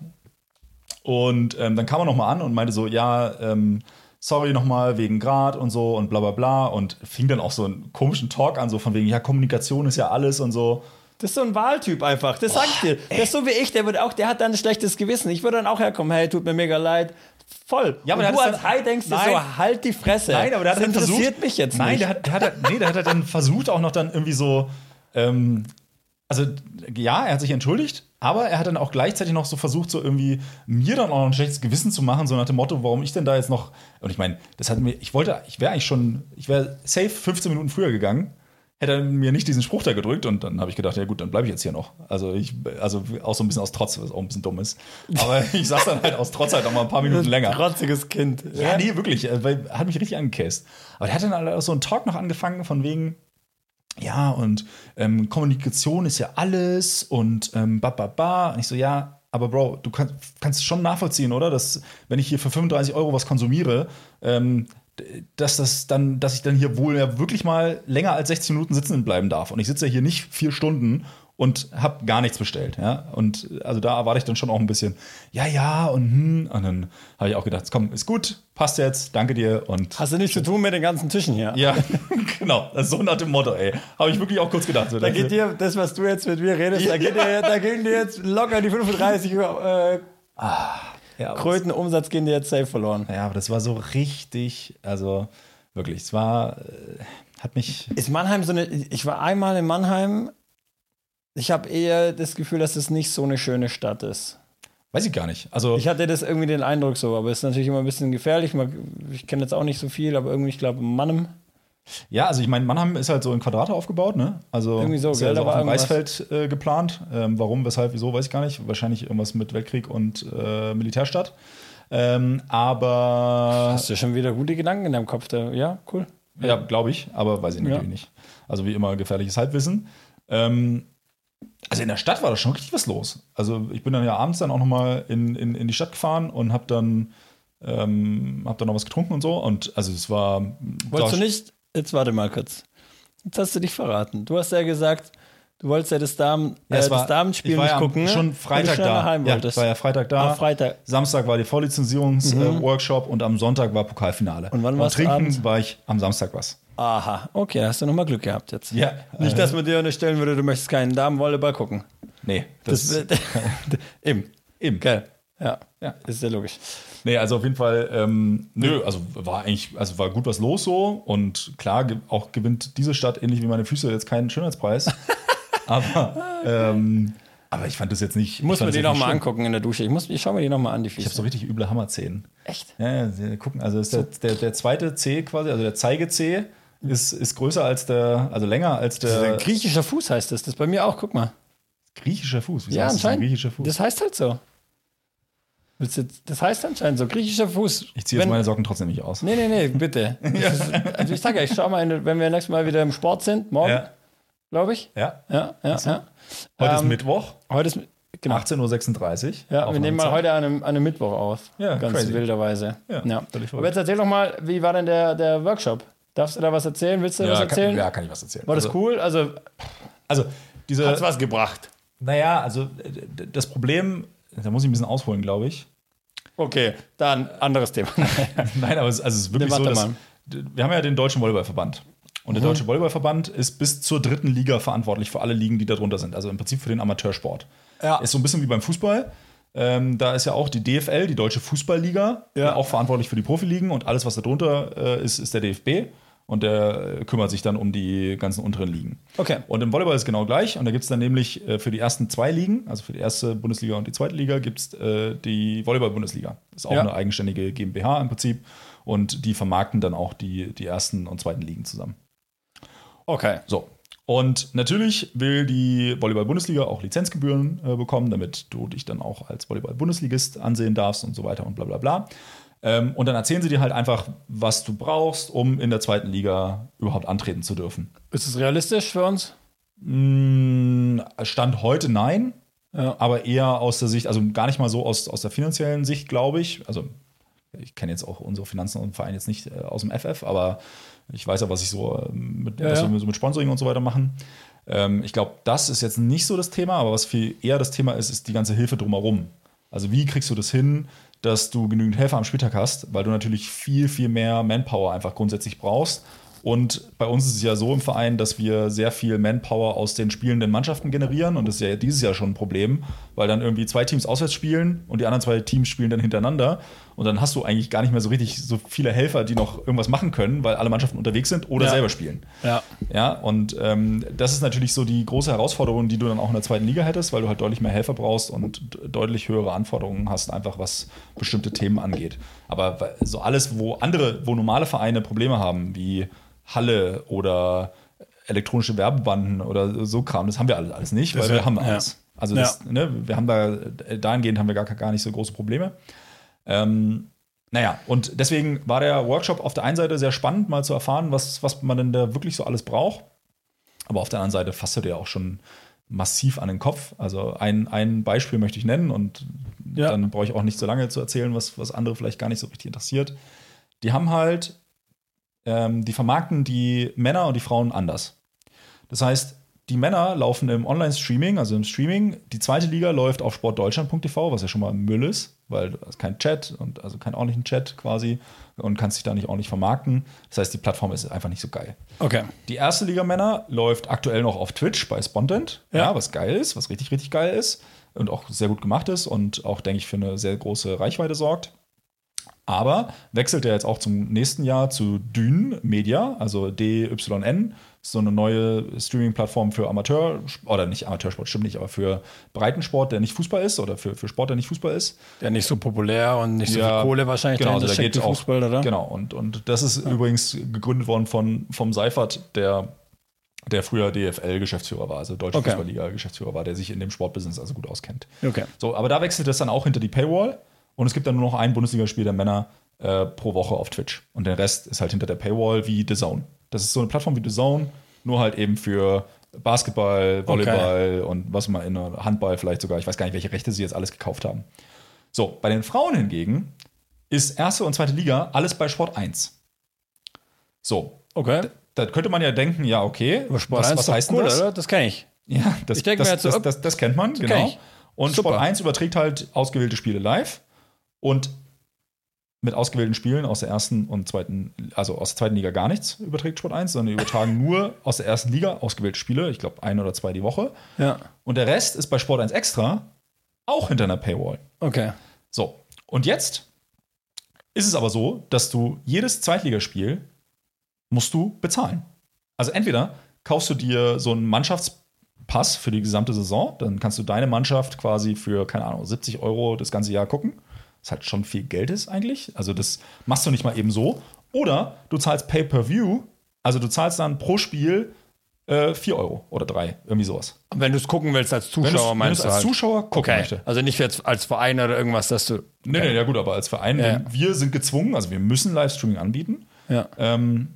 Speaker 2: Und ähm, dann kam er nochmal an und meinte so, ja, ähm, sorry nochmal wegen Grad und so und bla bla bla. Und fing dann auch so einen komischen Talk an, so von wegen, ja, Kommunikation ist ja alles und so.
Speaker 1: Das ist so ein Wahltyp einfach. Das sagt dir. Der ist so wie ich, der wird auch, der hat dann ein schlechtes Gewissen. Ich würde dann auch herkommen, hey, tut mir mega leid. Voll.
Speaker 2: Ja, aber
Speaker 1: Und
Speaker 2: der
Speaker 1: du
Speaker 2: hat es
Speaker 1: als
Speaker 2: dann-
Speaker 1: Hai denkst dir
Speaker 2: Nein.
Speaker 1: so, halt die Fresse. das interessiert mich jetzt
Speaker 2: Nein,
Speaker 1: nicht.
Speaker 2: der hat, der hat, halt- nee, der hat halt dann versucht, auch noch dann irgendwie so. Ähm, also, ja, er hat sich entschuldigt, aber er hat dann auch gleichzeitig noch so versucht, so irgendwie mir dann auch noch ein schlechtes Gewissen zu machen, so nach dem Motto, warum ich denn da jetzt noch. Und ich meine, das hat mir. Ich wollte, ich wäre eigentlich schon. Ich wäre safe 15 Minuten früher gegangen. Hätte er mir nicht diesen Spruch da gedrückt und dann habe ich gedacht, ja gut, dann bleibe ich jetzt hier noch. Also ich, also auch so ein bisschen aus Trotz, was auch ein bisschen dumm ist. Aber ich saß dann halt aus Trotz halt noch mal ein paar Minuten länger.
Speaker 1: Trotziges Kind.
Speaker 2: Ja, nee, wirklich. äh, Weil, hat mich richtig angekäst. Aber der hat dann halt auch so einen Talk noch angefangen von wegen, ja, und ähm, Kommunikation ist ja alles und ähm, ba, ba, ba. Und ich so, ja, aber Bro, du kannst, kannst schon nachvollziehen, oder? Dass, wenn ich hier für 35 Euro was konsumiere, ähm, d- dass, das dann, dass ich dann hier wohl ja wirklich mal länger als 60 Minuten sitzen bleiben darf. Und ich sitze ja hier nicht vier Stunden und habe gar nichts bestellt. Ja? Und äh, also da erwarte ich dann schon auch ein bisschen, ja, ja, und, hm. und dann habe ich auch gedacht, komm, ist gut, passt jetzt, danke dir und
Speaker 1: Hast du nichts zu tun mit den ganzen Tischen hier.
Speaker 2: ja, genau. Das ist so nach dem Motto, ey. Habe ich wirklich auch kurz gedacht. So,
Speaker 1: Da geht dir, das, was du jetzt mit mir redest, da, geht dir, da gehen dir jetzt locker die 35 äh,
Speaker 2: ja, aber das,
Speaker 1: Kröten Umsatz gehen dir jetzt safe verloren.
Speaker 2: ja, aber das war so richtig, also wirklich, es war, äh, hat mich,
Speaker 1: Ist Mannheim so eine. Ich war einmal in Mannheim. Ich habe eher das Gefühl, dass es nicht so eine schöne Stadt ist.
Speaker 2: weiß ich gar nicht. Also,
Speaker 1: Ich hatte das irgendwie den Eindruck so, aber es ist natürlich immer ein bisschen gefährlich. Man- Ich kenne jetzt auch nicht so viel, aber irgendwie, ich glaube, Mannem.
Speaker 2: ja, also ich meine, Mannheim ist halt so in Quadrate aufgebaut, ne? Also,
Speaker 1: Irgendwie so,
Speaker 2: ist
Speaker 1: gell,
Speaker 2: ja
Speaker 1: da
Speaker 2: so auf
Speaker 1: war
Speaker 2: dem
Speaker 1: irgendwas.
Speaker 2: Reisfeld äh, geplant. Ähm, warum, weshalb, wieso, weiß ich gar nicht. Wahrscheinlich irgendwas mit Weltkrieg und äh, Militärstadt. Ähm, aber,
Speaker 1: Hast du schon wieder gute Gedanken in deinem Kopf? Da? Ja, cool.
Speaker 2: ja, glaube ich, aber weiß ich natürlich
Speaker 1: Ja.
Speaker 2: nicht. Also, wie immer, gefährliches Halbwissen. Ähm, Also in der Stadt war da schon richtig was los. Also ich bin dann ja abends dann auch nochmal in, in, in die Stadt gefahren und hab dann, ähm, hab dann noch was getrunken und so. Und also es war.
Speaker 1: Wolltest
Speaker 2: war-
Speaker 1: du nicht? Jetzt warte mal kurz. Jetzt hast du dich verraten. Du hast ja gesagt, du wolltest ja das, Damen,
Speaker 2: Ja,
Speaker 1: äh,
Speaker 2: es war,
Speaker 1: das Damenspiel
Speaker 2: ich war
Speaker 1: nicht
Speaker 2: ja am-
Speaker 1: gucken. ne?
Speaker 2: Schon
Speaker 1: weil
Speaker 2: Freitag
Speaker 1: du schnell
Speaker 2: da.
Speaker 1: Nach Heim
Speaker 2: ja,
Speaker 1: wolltest.
Speaker 2: ich war ja Freitag da.
Speaker 1: Ah, Freitag.
Speaker 2: Samstag war die Vorlizenzierungs-Workshop und am Sonntag war Pokalfinale.
Speaker 1: Und wann warst du
Speaker 2: trinken
Speaker 1: abends?
Speaker 2: war ich am Samstag was.
Speaker 1: Aha, okay, da hast du nochmal Glück gehabt jetzt.
Speaker 2: Ja. äh,
Speaker 1: Nicht, dass man dir unterstellen würde, du möchtest keinen Damenvolleyball gucken.
Speaker 2: Nee,
Speaker 1: Das,
Speaker 2: das,
Speaker 1: wird- Eben.
Speaker 2: eben.
Speaker 1: Geil. Ja.
Speaker 2: Ja.
Speaker 1: Ist ja logisch.
Speaker 2: Nee, also auf jeden Fall, ähm, nö, also war eigentlich, also war gut was los so und klar, ge auch gewinnt diese Stadt, ähnlich wie meine Füße, jetzt keinen Schönheitspreis. aber, ähm, aber ich fand das jetzt nicht.
Speaker 1: Ich muss
Speaker 2: ich fand
Speaker 1: mir
Speaker 2: das
Speaker 1: die
Speaker 2: jetzt nicht
Speaker 1: nochmal
Speaker 2: schlimm.
Speaker 1: angucken in der Dusche. Ich, muss, ich schau mir die nochmal an, die
Speaker 2: Ich habe
Speaker 1: Füße.
Speaker 2: so richtig üble Hammerzähne.
Speaker 1: Echt?
Speaker 2: Ja, ja, sie gucken, also ist der, der, der zweite Zeh quasi, also der Zeigezeh, ist, ist größer als der, also länger als
Speaker 1: Das ist ein
Speaker 2: der
Speaker 1: griechischer Fuß heißt das. Das ist bei mir auch, guck mal.
Speaker 2: griechische Fuß. Wieso
Speaker 1: Ja,
Speaker 2: heißt das denn
Speaker 1: anscheinend.
Speaker 2: griechischer Fuß?
Speaker 1: Das heißt halt so. Willst du- Das heißt anscheinend so. Griechischer Fuß.
Speaker 2: ich ziehe jetzt
Speaker 1: Wenn-
Speaker 2: meine Socken trotzdem nicht aus.
Speaker 1: Nee, nee, nee, bitte. Das ist- also ich sage ja, ich schau mal, in- wenn wir nächstes Mal wieder im Sport sind, morgen,
Speaker 2: Ja,
Speaker 1: glaube ich.
Speaker 2: ja.
Speaker 1: Ja, ja, ja.
Speaker 2: Heute ist
Speaker 1: Ähm,
Speaker 2: Mittwoch,
Speaker 1: Heute ist. Genau.
Speaker 2: 18.36 Uhr.
Speaker 1: Ja, wir nehmen mal heute an einem, an einem Mittwoch auf.
Speaker 2: Ja,
Speaker 1: Ganz
Speaker 2: crazy.
Speaker 1: wilderweise.
Speaker 2: Ja, völlig verrückt.
Speaker 1: Aber jetzt erzähl doch mal, wie war denn der, der Workshop? Darfst du da was erzählen? Willst du was
Speaker 2: Ja,
Speaker 1: erzählen?
Speaker 2: kann, ja, kann ich was erzählen.
Speaker 1: War das
Speaker 2: also,
Speaker 1: cool? Also,
Speaker 2: Also, diese.
Speaker 1: hat's was gebracht?
Speaker 2: Naja, also d- d- das Problem, da muss ich ein bisschen ausholen, glaube ich.
Speaker 1: Okay, dann anderes Thema.
Speaker 2: Nein, aber es, also es ist wirklich
Speaker 1: Nee,
Speaker 2: so,
Speaker 1: warte
Speaker 2: dass,
Speaker 1: mal. Mhm.
Speaker 2: d- wir haben ja den Deutschen Volleyballverband. Und der Deutsche Volleyballverband ist bis zur dritten Liga verantwortlich für alle Ligen, die darunter sind. Also im Prinzip für den Amateursport.
Speaker 1: Ja.
Speaker 2: Ist so ein bisschen wie beim Fußball. Ähm, da ist ja auch die DFL, die Deutsche Fußballliga,
Speaker 1: Ja.
Speaker 2: auch verantwortlich für die Profiligen und alles, was darunter äh, ist, ist der DFB. und der äh, kümmert sich dann um die ganzen unteren Ligen.
Speaker 1: Okay.
Speaker 2: Und im Volleyball ist genau gleich. Und da gibt es dann nämlich äh, für die ersten zwei Ligen, also für die erste Bundesliga und die zweite Liga, gibt es äh, die Volleyball-Bundesliga. Ist auch
Speaker 1: Ja.
Speaker 2: eine eigenständige GmbH im Prinzip. Und die vermarkten dann auch die, die ersten und zweiten Ligen zusammen.
Speaker 1: Okay.
Speaker 2: So. Und natürlich will die Volleyball-Bundesliga auch Lizenzgebühren äh, bekommen, damit du dich dann auch als Volleyball-Bundesligist ansehen darfst und so weiter und bla bla bla. Ähm, und dann erzählen sie dir halt einfach, was du brauchst, um in der zweiten Liga überhaupt antreten zu dürfen.
Speaker 1: Ist es realistisch für uns?
Speaker 2: Mm, Stand heute nein,
Speaker 1: Ja.
Speaker 2: aber eher aus der Sicht, also gar nicht mal so aus, aus der finanziellen Sicht, glaube ich. Also ich kenne jetzt auch unsere Finanzen und Verein jetzt nicht äh, aus dem FF, aber ich weiß ja, was ich so ähm, mit,
Speaker 1: Ja,
Speaker 2: was
Speaker 1: ja.
Speaker 2: Wir so mit Sponsoring und so weiter machen. Ähm, ich glaube, das ist jetzt nicht so das Thema, aber was viel eher das Thema ist, ist die ganze Hilfe drumherum. Also wie kriegst du das hin, dass du genügend Helfer am Spieltag hast, weil du natürlich viel, viel mehr Manpower einfach grundsätzlich brauchst. Und bei uns ist es ja so im Verein, dass wir sehr viel Manpower aus den spielenden Mannschaften generieren. Und das ist ja dieses Jahr schon ein Problem, weil dann irgendwie zwei Teams auswärts spielen und die anderen zwei Teams spielen dann hintereinander. Und dann hast du eigentlich gar nicht mehr so richtig so viele Helfer, die noch irgendwas machen können, weil alle Mannschaften unterwegs sind oder
Speaker 1: Ja.
Speaker 2: selber spielen.
Speaker 1: Ja.
Speaker 2: Ja, und ähm, das ist natürlich so die große Herausforderung, die du dann auch in der zweiten Liga hättest, weil du halt deutlich mehr Helfer brauchst und d- deutlich höhere Anforderungen hast, einfach was bestimmte Themen angeht. Aber we- so alles, wo andere, wo normale Vereine Probleme haben, wie Halle oder elektronische Werbebanden oder so Kram, das haben wir alles, alles nicht, weil
Speaker 1: Das
Speaker 2: wir
Speaker 1: wär-
Speaker 2: haben
Speaker 1: ja.
Speaker 2: alles. Also das, ne, wir haben da, dahingehend haben wir gar, gar nicht so große Probleme. Ähm, naja, und deswegen war der Workshop auf der einen Seite sehr spannend, mal zu erfahren, was, was man denn da wirklich so alles braucht. Aber auf der anderen Seite fasst du dir auch schon massiv an den Kopf. Also ein, ein Beispiel möchte ich nennen und
Speaker 1: Ja.
Speaker 2: dann brauche ich auch nicht so lange zu erzählen, was, was andere vielleicht gar nicht so richtig interessiert. Die haben halt, ähm, die vermarkten die Männer und die Frauen anders. Das heißt, die Männer laufen im Online-Streaming, also im Streaming. Die zweite Liga läuft auf sportdeutschland.tv, was ja schon mal Müll ist, weil du hast keinen Chat und also keinen ordentlichen Chat quasi und kannst dich da nicht ordentlich vermarkten. Das heißt, die Plattform ist einfach nicht so geil.
Speaker 1: Okay.
Speaker 2: Die erste Liga Männer läuft aktuell noch auf Twitch bei Spontent. Ja. was geil ist, was richtig, richtig geil ist und auch sehr gut gemacht ist und auch, denke ich, für eine sehr große Reichweite sorgt. Aber wechselt er jetzt auch zum nächsten Jahr zu Dyn Media, also DYN, ist so eine neue Streaming-Plattform für Amateur, oder nicht Amateursport, stimmt nicht, aber für Breitensport, der nicht Fußball ist, oder für, für Sport, der nicht Fußball ist.
Speaker 1: Der nicht so populär und nicht so
Speaker 2: Ja,
Speaker 1: viel Kohle wahrscheinlich.
Speaker 2: Genau, also
Speaker 1: dahinter
Speaker 2: da
Speaker 1: steckt
Speaker 2: geht
Speaker 1: wie
Speaker 2: auch,
Speaker 1: Fußball, oder?
Speaker 2: Genau, und, und das ist übrigens gegründet worden von, vom Seifert, der, der früher DFL-Geschäftsführer war, also Deutsche
Speaker 1: Okay.
Speaker 2: Fußballliga-Geschäftsführer war, der sich in dem Sportbusiness also gut auskennt.
Speaker 1: Okay.
Speaker 2: So, aber da wechselt das dann auch hinter die Paywall und es gibt dann nur noch ein Bundesligaspiel der Männer äh, pro Woche auf Twitch. Und der Rest ist halt hinter der Paywall wie The Zone. Das ist so eine Plattform wie The Zone, nur halt eben für Basketball, Volleyball und was mal in Handball vielleicht sogar. Ich weiß gar nicht, welche Rechte sie jetzt alles gekauft haben. So, bei den Frauen hingegen ist erste und zweite Liga alles bei Sport 1. So,
Speaker 1: Okay.
Speaker 2: da könnte man ja denken, ja, okay,
Speaker 1: Sport 1
Speaker 2: was, was heißt denn
Speaker 1: cool,
Speaker 2: das?
Speaker 1: oder? Das kenne ich.
Speaker 2: Ja, das,
Speaker 1: Ich denk
Speaker 2: das,
Speaker 1: mir jetzt so,
Speaker 2: das,
Speaker 1: ob-
Speaker 2: das, das kennt man, genau.
Speaker 1: kenn ich.
Speaker 2: Und
Speaker 1: Super.
Speaker 2: Sport 1 überträgt halt ausgewählte Spiele live und mit ausgewählten Spielen aus der ersten und zweiten, also aus der zweiten Liga gar nichts überträgt Sport 1, sondern die übertragen nur aus der ersten Liga ausgewählte Spiele, ich glaube ein oder zwei die Woche.
Speaker 1: Ja.
Speaker 2: Und der Rest ist bei Sport 1 extra auch hinter einer Paywall.
Speaker 1: Okay.
Speaker 2: So, und jetzt ist es aber so, dass du jedes Zweitligaspiel musst du bezahlen. Also entweder kaufst du dir so einen Mannschaftspass für die gesamte Saison, dann kannst du deine Mannschaft quasi für, keine Ahnung, 70 Euro das ganze Jahr gucken. Das halt schon viel Geld ist eigentlich. Also das machst du nicht mal eben so. Oder du zahlst Pay-Per-View, also du zahlst dann pro Spiel äh, 4 Euro oder 3, irgendwie sowas.
Speaker 1: Wenn du es gucken willst als Zuschauer,
Speaker 2: Wenn du wenn du's
Speaker 1: meinst du
Speaker 2: als
Speaker 1: halt.
Speaker 2: Zuschauer gucken
Speaker 1: okay.
Speaker 2: möchte.
Speaker 1: Also nicht jetzt als Verein oder irgendwas, dass du.
Speaker 2: Nee, nee, ja gut, aber als Verein,
Speaker 1: Ja.
Speaker 2: wir- wir sind gezwungen, also wir müssen Livestreaming anbieten.
Speaker 1: Ja.
Speaker 2: Ähm,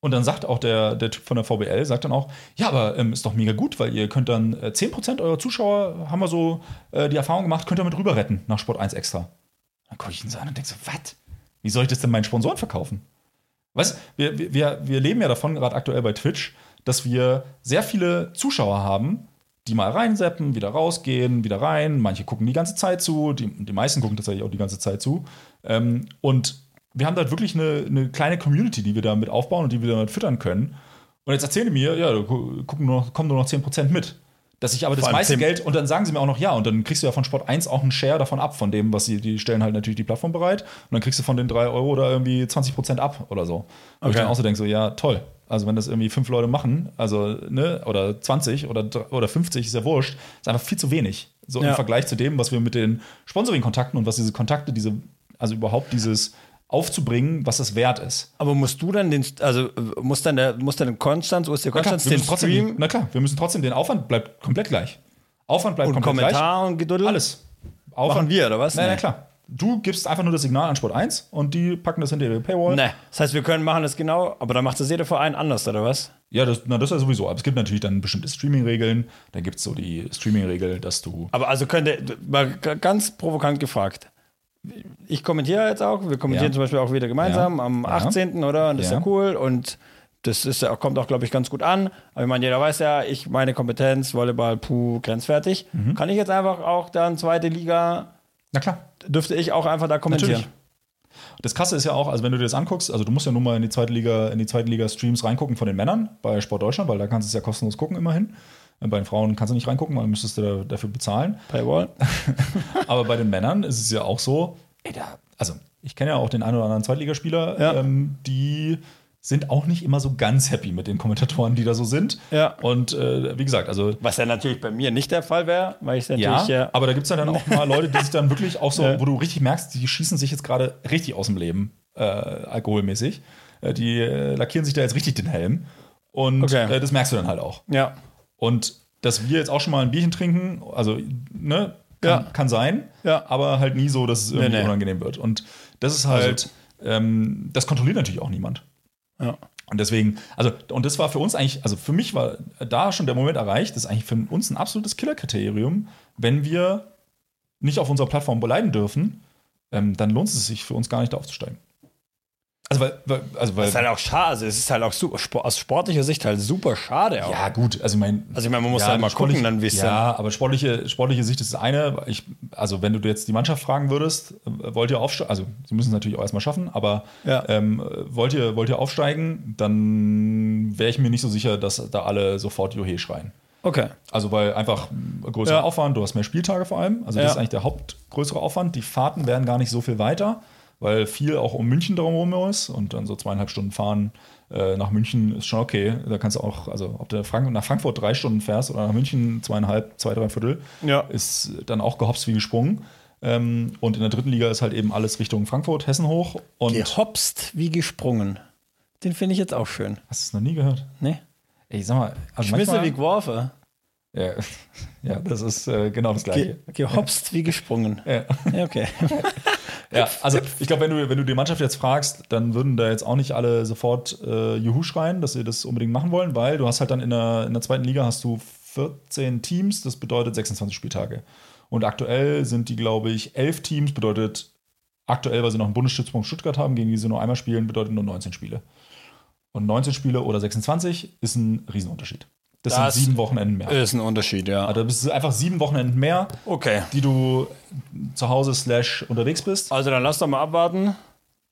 Speaker 2: und dann sagt auch der, der Typ von der VBL, sagt dann auch, ja, aber ähm, ist doch mega gut, weil ihr könnt dann äh, 10% eurer Zuschauer, haben wir so äh, die Erfahrung gemacht, könnt ihr mit rüber retten nach Sport 1 extra. Dann gucke ich ihn so an und denke so, was? Wie soll ich das denn meinen Sponsoren verkaufen? Weißt wir, wir- wir, wir leben ja davon, gerade aktuell bei Twitch, dass wir sehr viele Zuschauer haben, die mal reinseppen, wieder rausgehen, wieder rein. Manche gucken die ganze Zeit zu, die, die meisten gucken tatsächlich auch die ganze Zeit zu. Ähm, und wir haben da halt wirklich eine, eine kleine Community, die wir halt damit aufbauen und die wir damit füttern können. Und jetzt erzählen die mir, ja, da gu- gucken nur noch, kommen nur noch 10% mit. Dass ich aber das
Speaker 3: allem
Speaker 2: meiste
Speaker 3: Tim-
Speaker 2: Geld und dann sagen sie mir auch noch ja und dann kriegst du ja von Sport 1 auch einen Share davon ab, von dem, was sie, die stellen halt natürlich die Plattform bereit und dann kriegst du von den 3 Euro da irgendwie 20% ab oder so. Und ich
Speaker 1: Okay.
Speaker 2: dann auch so denke, so ja, toll. Also wenn das irgendwie fünf Leute machen, also ne, oder 20 oder, dr- oder 50, ist ja wurscht, ist einfach viel zu wenig. So
Speaker 1: Ja.
Speaker 2: im Vergleich zu dem, was wir mit den Sponsoring-Kontakten und was diese Kontakte, diese, also überhaupt dieses aufzubringen, was es wert ist.
Speaker 1: Aber musst du dann den, also äh, muss dann der, muss dann Konstanz, OSC Konstanz
Speaker 2: wir
Speaker 1: den
Speaker 2: müssen trotzdem,
Speaker 1: Stream
Speaker 2: na klar, wir müssen trotzdem, den Aufwand bleibt komplett gleich. Aufwand bleibt
Speaker 1: und
Speaker 2: komplett gleich.
Speaker 1: Kommentar und Gedudel?
Speaker 2: Alles. Aufwand.
Speaker 1: Machen wir, oder was?
Speaker 2: Nein,
Speaker 1: Nee.
Speaker 2: nein, klar. Du gibst einfach nur das Signal an Sport 1 und die packen das hinter ihre Paywall.
Speaker 1: Ne. Das heißt, wir können machen das genau, aber dann macht das jeder Verein anders, oder was?
Speaker 2: Ja, das, na, das ist ja sowieso. Aber es gibt natürlich dann bestimmte Streaming-Regeln. Dann gibt es so die Streaming-Regel, dass du.
Speaker 1: Aber also könnte, mal g- ganz provokant gefragt. Ich kommentiere jetzt auch, wir kommentieren
Speaker 2: Ja.
Speaker 1: zum Beispiel auch wieder gemeinsam
Speaker 2: Ja.
Speaker 1: am
Speaker 2: Ja.
Speaker 1: 18. oder? Und das ist
Speaker 2: Ja.
Speaker 1: ja cool und das ist, ja- kommt auch, glaube ich, ganz gut an. Aber ich meine, jeder weiß ja, ich meine Kompetenz, Volleyball, puh, grenzwertig. Kann ich jetzt einfach auch dann zweite Liga,
Speaker 2: Na klar.
Speaker 1: dürfte ich auch einfach da kommentieren?
Speaker 2: Natürlich. Das Krasse ist ja auch, also wenn du dir das anguckst, also du musst ja nur mal in die zweite Liga, in die zweite Liga Streams reingucken von den Männern bei Sport Deutschland, weil da kannst du es ja kostenlos gucken immerhin. Bei den Frauen kannst du nicht reingucken, weil müsstest du da, dafür bezahlen.
Speaker 1: Paywall?
Speaker 2: Aber bei den Männern ist es ja auch so, ey, da, also ich kenne ja auch den einen oder anderen Zweitligaspieler,
Speaker 1: Ja.
Speaker 2: ähm, die sind auch nicht immer so ganz happy mit den Kommentatoren, die da so sind.
Speaker 1: Ja.
Speaker 2: Und äh, wie gesagt, also
Speaker 1: Was ja natürlich bei mir nicht der Fall wäre, weil ich es
Speaker 2: ja,
Speaker 1: natürlich äh, ja.
Speaker 2: aber da gibt es ja dann auch mal Leute, die sich dann wirklich auch so, wo du richtig merkst, die schießen sich jetzt gerade richtig aus dem Leben, äh, alkoholmäßig. Äh, die äh, lackieren sich da jetzt richtig den Helm. Und
Speaker 1: Okay.
Speaker 2: äh, das merkst du dann halt auch.
Speaker 1: ja.
Speaker 2: Und dass wir jetzt auch schon mal ein Bierchen trinken, also, ne, kann,
Speaker 1: Ja.
Speaker 2: kann sein,
Speaker 1: Ja.
Speaker 2: aber halt nie so, dass es irgendwie
Speaker 1: Nee, Also nee.
Speaker 2: unangenehm wird. Und das ist halt, ähm, das kontrolliert natürlich auch niemand.
Speaker 1: Ja.
Speaker 2: Und deswegen, also, und das war für uns eigentlich, also für mich war da schon der Moment erreicht, das ist eigentlich für uns ein absolutes Killerkriterium, wenn wir nicht auf unserer Plattform beleidigen dürfen, ähm, dann lohnt es sich für uns gar nicht da aufzusteigen. Also, weil, weil, also, weil
Speaker 1: Das ist halt auch schade. Also, es ist halt auch super, spo- aus sportlicher Sicht halt super schade. Auch.
Speaker 2: ja, gut, also ich meine.
Speaker 1: Also ich meine, man muss halt mal
Speaker 2: sportlich-
Speaker 1: gucken, dann, wie es
Speaker 2: Ja, aber sportliche, sportliche Sicht ist das eine. weil Ich, also, wenn du jetzt die Mannschaft fragen würdest, äh, wollt ihr aufsteigen? Also, sie müssen es natürlich auch erstmal schaffen, aber
Speaker 1: Ja.
Speaker 2: ähm, äh, wollt, ihr, wollt ihr aufsteigen? Dann wäre ich mir nicht so sicher, dass da alle sofort Johe schreien.
Speaker 1: Okay.
Speaker 2: Also, weil einfach mh, größerer
Speaker 1: Ja.
Speaker 2: Aufwand, du hast mehr Spieltage vor allem. Also, das
Speaker 1: Ja.
Speaker 2: ist eigentlich der hauptgrößere Aufwand. Die Fahrten werden gar nicht so viel weiter, weil viel auch um München drumherum ist und dann so zweieinhalb Stunden fahren äh, nach München ist schon okay. Da kannst du auch, also ob du Frank nach Frankfurt drei Stunden fährst oder nach München zweieinhalb, zwei, drei Viertel,
Speaker 1: Ja.
Speaker 2: ist dann auch gehopst wie gesprungen. Ähm, und in der dritten Liga ist halt eben alles Richtung Frankfurt, Hessen hoch. Und
Speaker 1: Gehopst wie gesprungen. Den finde ich jetzt auch schön.
Speaker 2: hast du es noch nie gehört?
Speaker 1: Ne?
Speaker 2: Ey, sag mal, also
Speaker 1: Schmisse wie
Speaker 2: manchmal,
Speaker 1: geworfen.
Speaker 2: ja, ja, das ist äh, genau das Gleiche.
Speaker 1: Ge gehopst wie gesprungen.
Speaker 2: Ja.
Speaker 1: Ja, okay.
Speaker 2: Ja, also ich glaube, wenn du, wenn du die Mannschaft jetzt fragst, dann würden da jetzt auch nicht alle sofort äh, Juhu schreien, dass sie das unbedingt machen wollen, weil du hast halt dann in der, in der zweiten Liga hast du 14 Teams, das bedeutet 26 Spieltage. Und aktuell sind die, glaube ich, 11 Teams, bedeutet aktuell, weil sie noch einen Bundesstützpunkt Stuttgart haben, gegen die sie nur einmal spielen, bedeutet nur 19 Spiele. Und 19 Spiele oder 26 ist ein Riesenunterschied. Das,
Speaker 1: Das äh
Speaker 2: sind sieben Wochenenden mehr.
Speaker 1: Ist ein Unterschied, ja.
Speaker 2: Also, das ist einfach sieben Wochenenden mehr,
Speaker 1: Okay.
Speaker 2: die du zu Hause slash unterwegs bist.
Speaker 1: Also dann lass doch mal abwarten,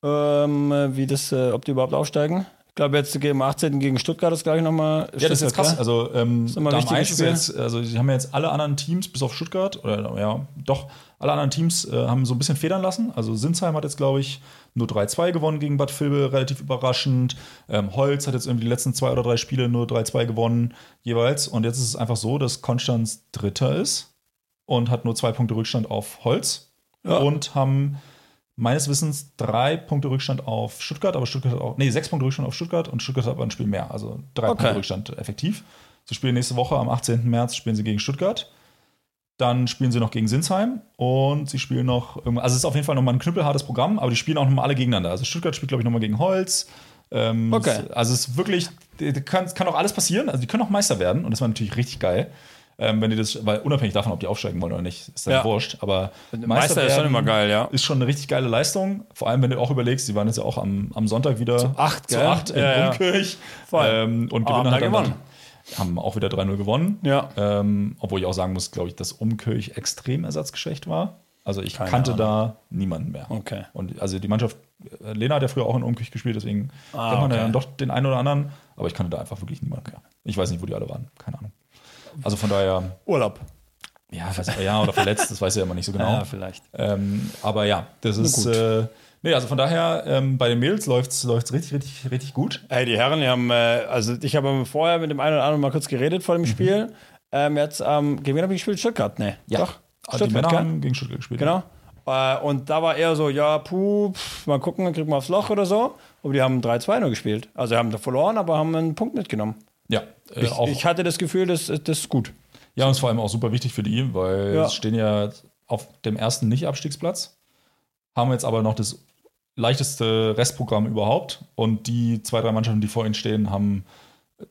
Speaker 1: ähm, wie das, äh, ob die überhaupt aufsteigen. Ich glaube, jetzt gegen am 18. gegen Stuttgart ist gleich nochmal.
Speaker 2: Ja, das ist jetzt krass. Also, ähm,
Speaker 1: immer
Speaker 2: Darm
Speaker 1: wichtiges
Speaker 2: 1 ist
Speaker 1: Spiel.
Speaker 2: jetzt, also sie haben ja jetzt alle anderen Teams, bis auf Stuttgart, oder ja, doch, alle anderen Teams äh, haben so ein bisschen federn lassen. Also Sinsheim hat jetzt, glaube ich, nur 3-2 gewonnen gegen Bad Vilbel, relativ überraschend. Ähm, Holz hat jetzt irgendwie die letzten zwei oder drei Spiele nur 3-2 gewonnen jeweils. Und jetzt ist es einfach so, dass Konstanz Dritter ist und hat nur zwei Punkte Rückstand auf Holz
Speaker 1: Ja.
Speaker 2: und haben meines Wissens drei Punkte Rückstand auf Stuttgart, aber Stuttgart hat auch, nee, sechs Punkte Rückstand auf Stuttgart und Stuttgart hat aber ein Spiel mehr, also drei
Speaker 1: Okay.
Speaker 2: Punkte Rückstand effektiv. Sie spielen nächste Woche am 18. März spielen sie gegen Stuttgart. Dann spielen sie noch gegen Sinsheim und sie spielen noch, irgend- also es ist auf jeden Fall nochmal ein knüppelhartes Programm, aber die spielen auch nochmal alle gegeneinander. Also Stuttgart spielt, glaube ich, nochmal gegen Holz. Ähm,
Speaker 1: Okay.
Speaker 2: es- Also es ist wirklich, die- die kann, es kann auch alles passieren. Also die können auch Meister werden und das war natürlich richtig geil. Ähm, wenn die das, weil unabhängig davon, ob die aufsteigen wollen oder nicht, ist dann
Speaker 1: Ja.
Speaker 2: wurscht. Aber
Speaker 1: Meister, ist schon
Speaker 2: werden
Speaker 1: immer geil, ja.
Speaker 2: Ist schon eine richtig geile Leistung. Vor allem, wenn du auch überlegst, sie waren jetzt ja auch am, am Sonntag wieder zu
Speaker 1: acht,
Speaker 2: zu
Speaker 1: gell?
Speaker 2: acht in
Speaker 1: Ja, ja.
Speaker 2: Umkirch.
Speaker 1: Voll.
Speaker 2: Ähm, und
Speaker 1: Aber
Speaker 2: Gewinner
Speaker 1: haben
Speaker 2: hat
Speaker 1: da
Speaker 2: dann
Speaker 1: gewonnen.
Speaker 2: Haben auch wieder 3-0 gewonnen.
Speaker 1: Ja.
Speaker 2: Ähm, obwohl ich auch sagen muss, glaube ich, dass Umkirch extrem ersatzgeschwächt war. Also ich
Speaker 1: Keine
Speaker 2: kannte
Speaker 1: Ahnung.
Speaker 2: da niemanden mehr.
Speaker 1: Okay.
Speaker 2: Und also die Mannschaft, äh, Lena hat ja früher auch in Umkirch gespielt, deswegen
Speaker 1: Ah,
Speaker 2: kennt man ja
Speaker 1: okay.
Speaker 2: dann doch den einen oder anderen, aber ich kannte da einfach wirklich niemanden mehr. Ich weiß nicht, wo die alle waren. Keine Ahnung. Also von daher,
Speaker 1: Urlaub.
Speaker 2: ja, weiß, ja oder verletzt, das weiß er immer nicht so genau.
Speaker 1: Ja, vielleicht.
Speaker 2: Ähm, aber ja, das ist.
Speaker 1: gut.
Speaker 2: Äh, nee, also von daher, ähm, bei den Mädels läuft es richtig, richtig, richtig gut.
Speaker 1: Ey, die Herren, die haben, äh, also ich habe vorher mit dem einen oder anderen mal kurz geredet vor dem Spiel. Ähm, jetzt, ähm, gegen wen habe ich gespielt? Stuttgart, ne? Doch.
Speaker 2: Ah, die Männer
Speaker 1: gell?
Speaker 2: haben gegen Stuttgart gespielt.
Speaker 1: Genau. Äh, und da war eher so, ja, puh, pf, mal gucken, dann kriegen wir aufs Loch oder so. Und die haben 3-2 nur gespielt. Also haben da verloren, aber haben einen Punkt mitgenommen.
Speaker 2: Ja, äh,
Speaker 1: Ich,
Speaker 2: auch,
Speaker 1: ich hatte das Gefühl, das, das ist gut.
Speaker 2: ja, und ist vor allem auch super wichtig für die, weil
Speaker 1: Ja.
Speaker 2: sie stehen ja auf dem ersten Nicht-Abstiegsplatz, haben jetzt aber noch das leichteste Restprogramm überhaupt. Und die zwei, drei Mannschaften, die vor ihnen stehen, haben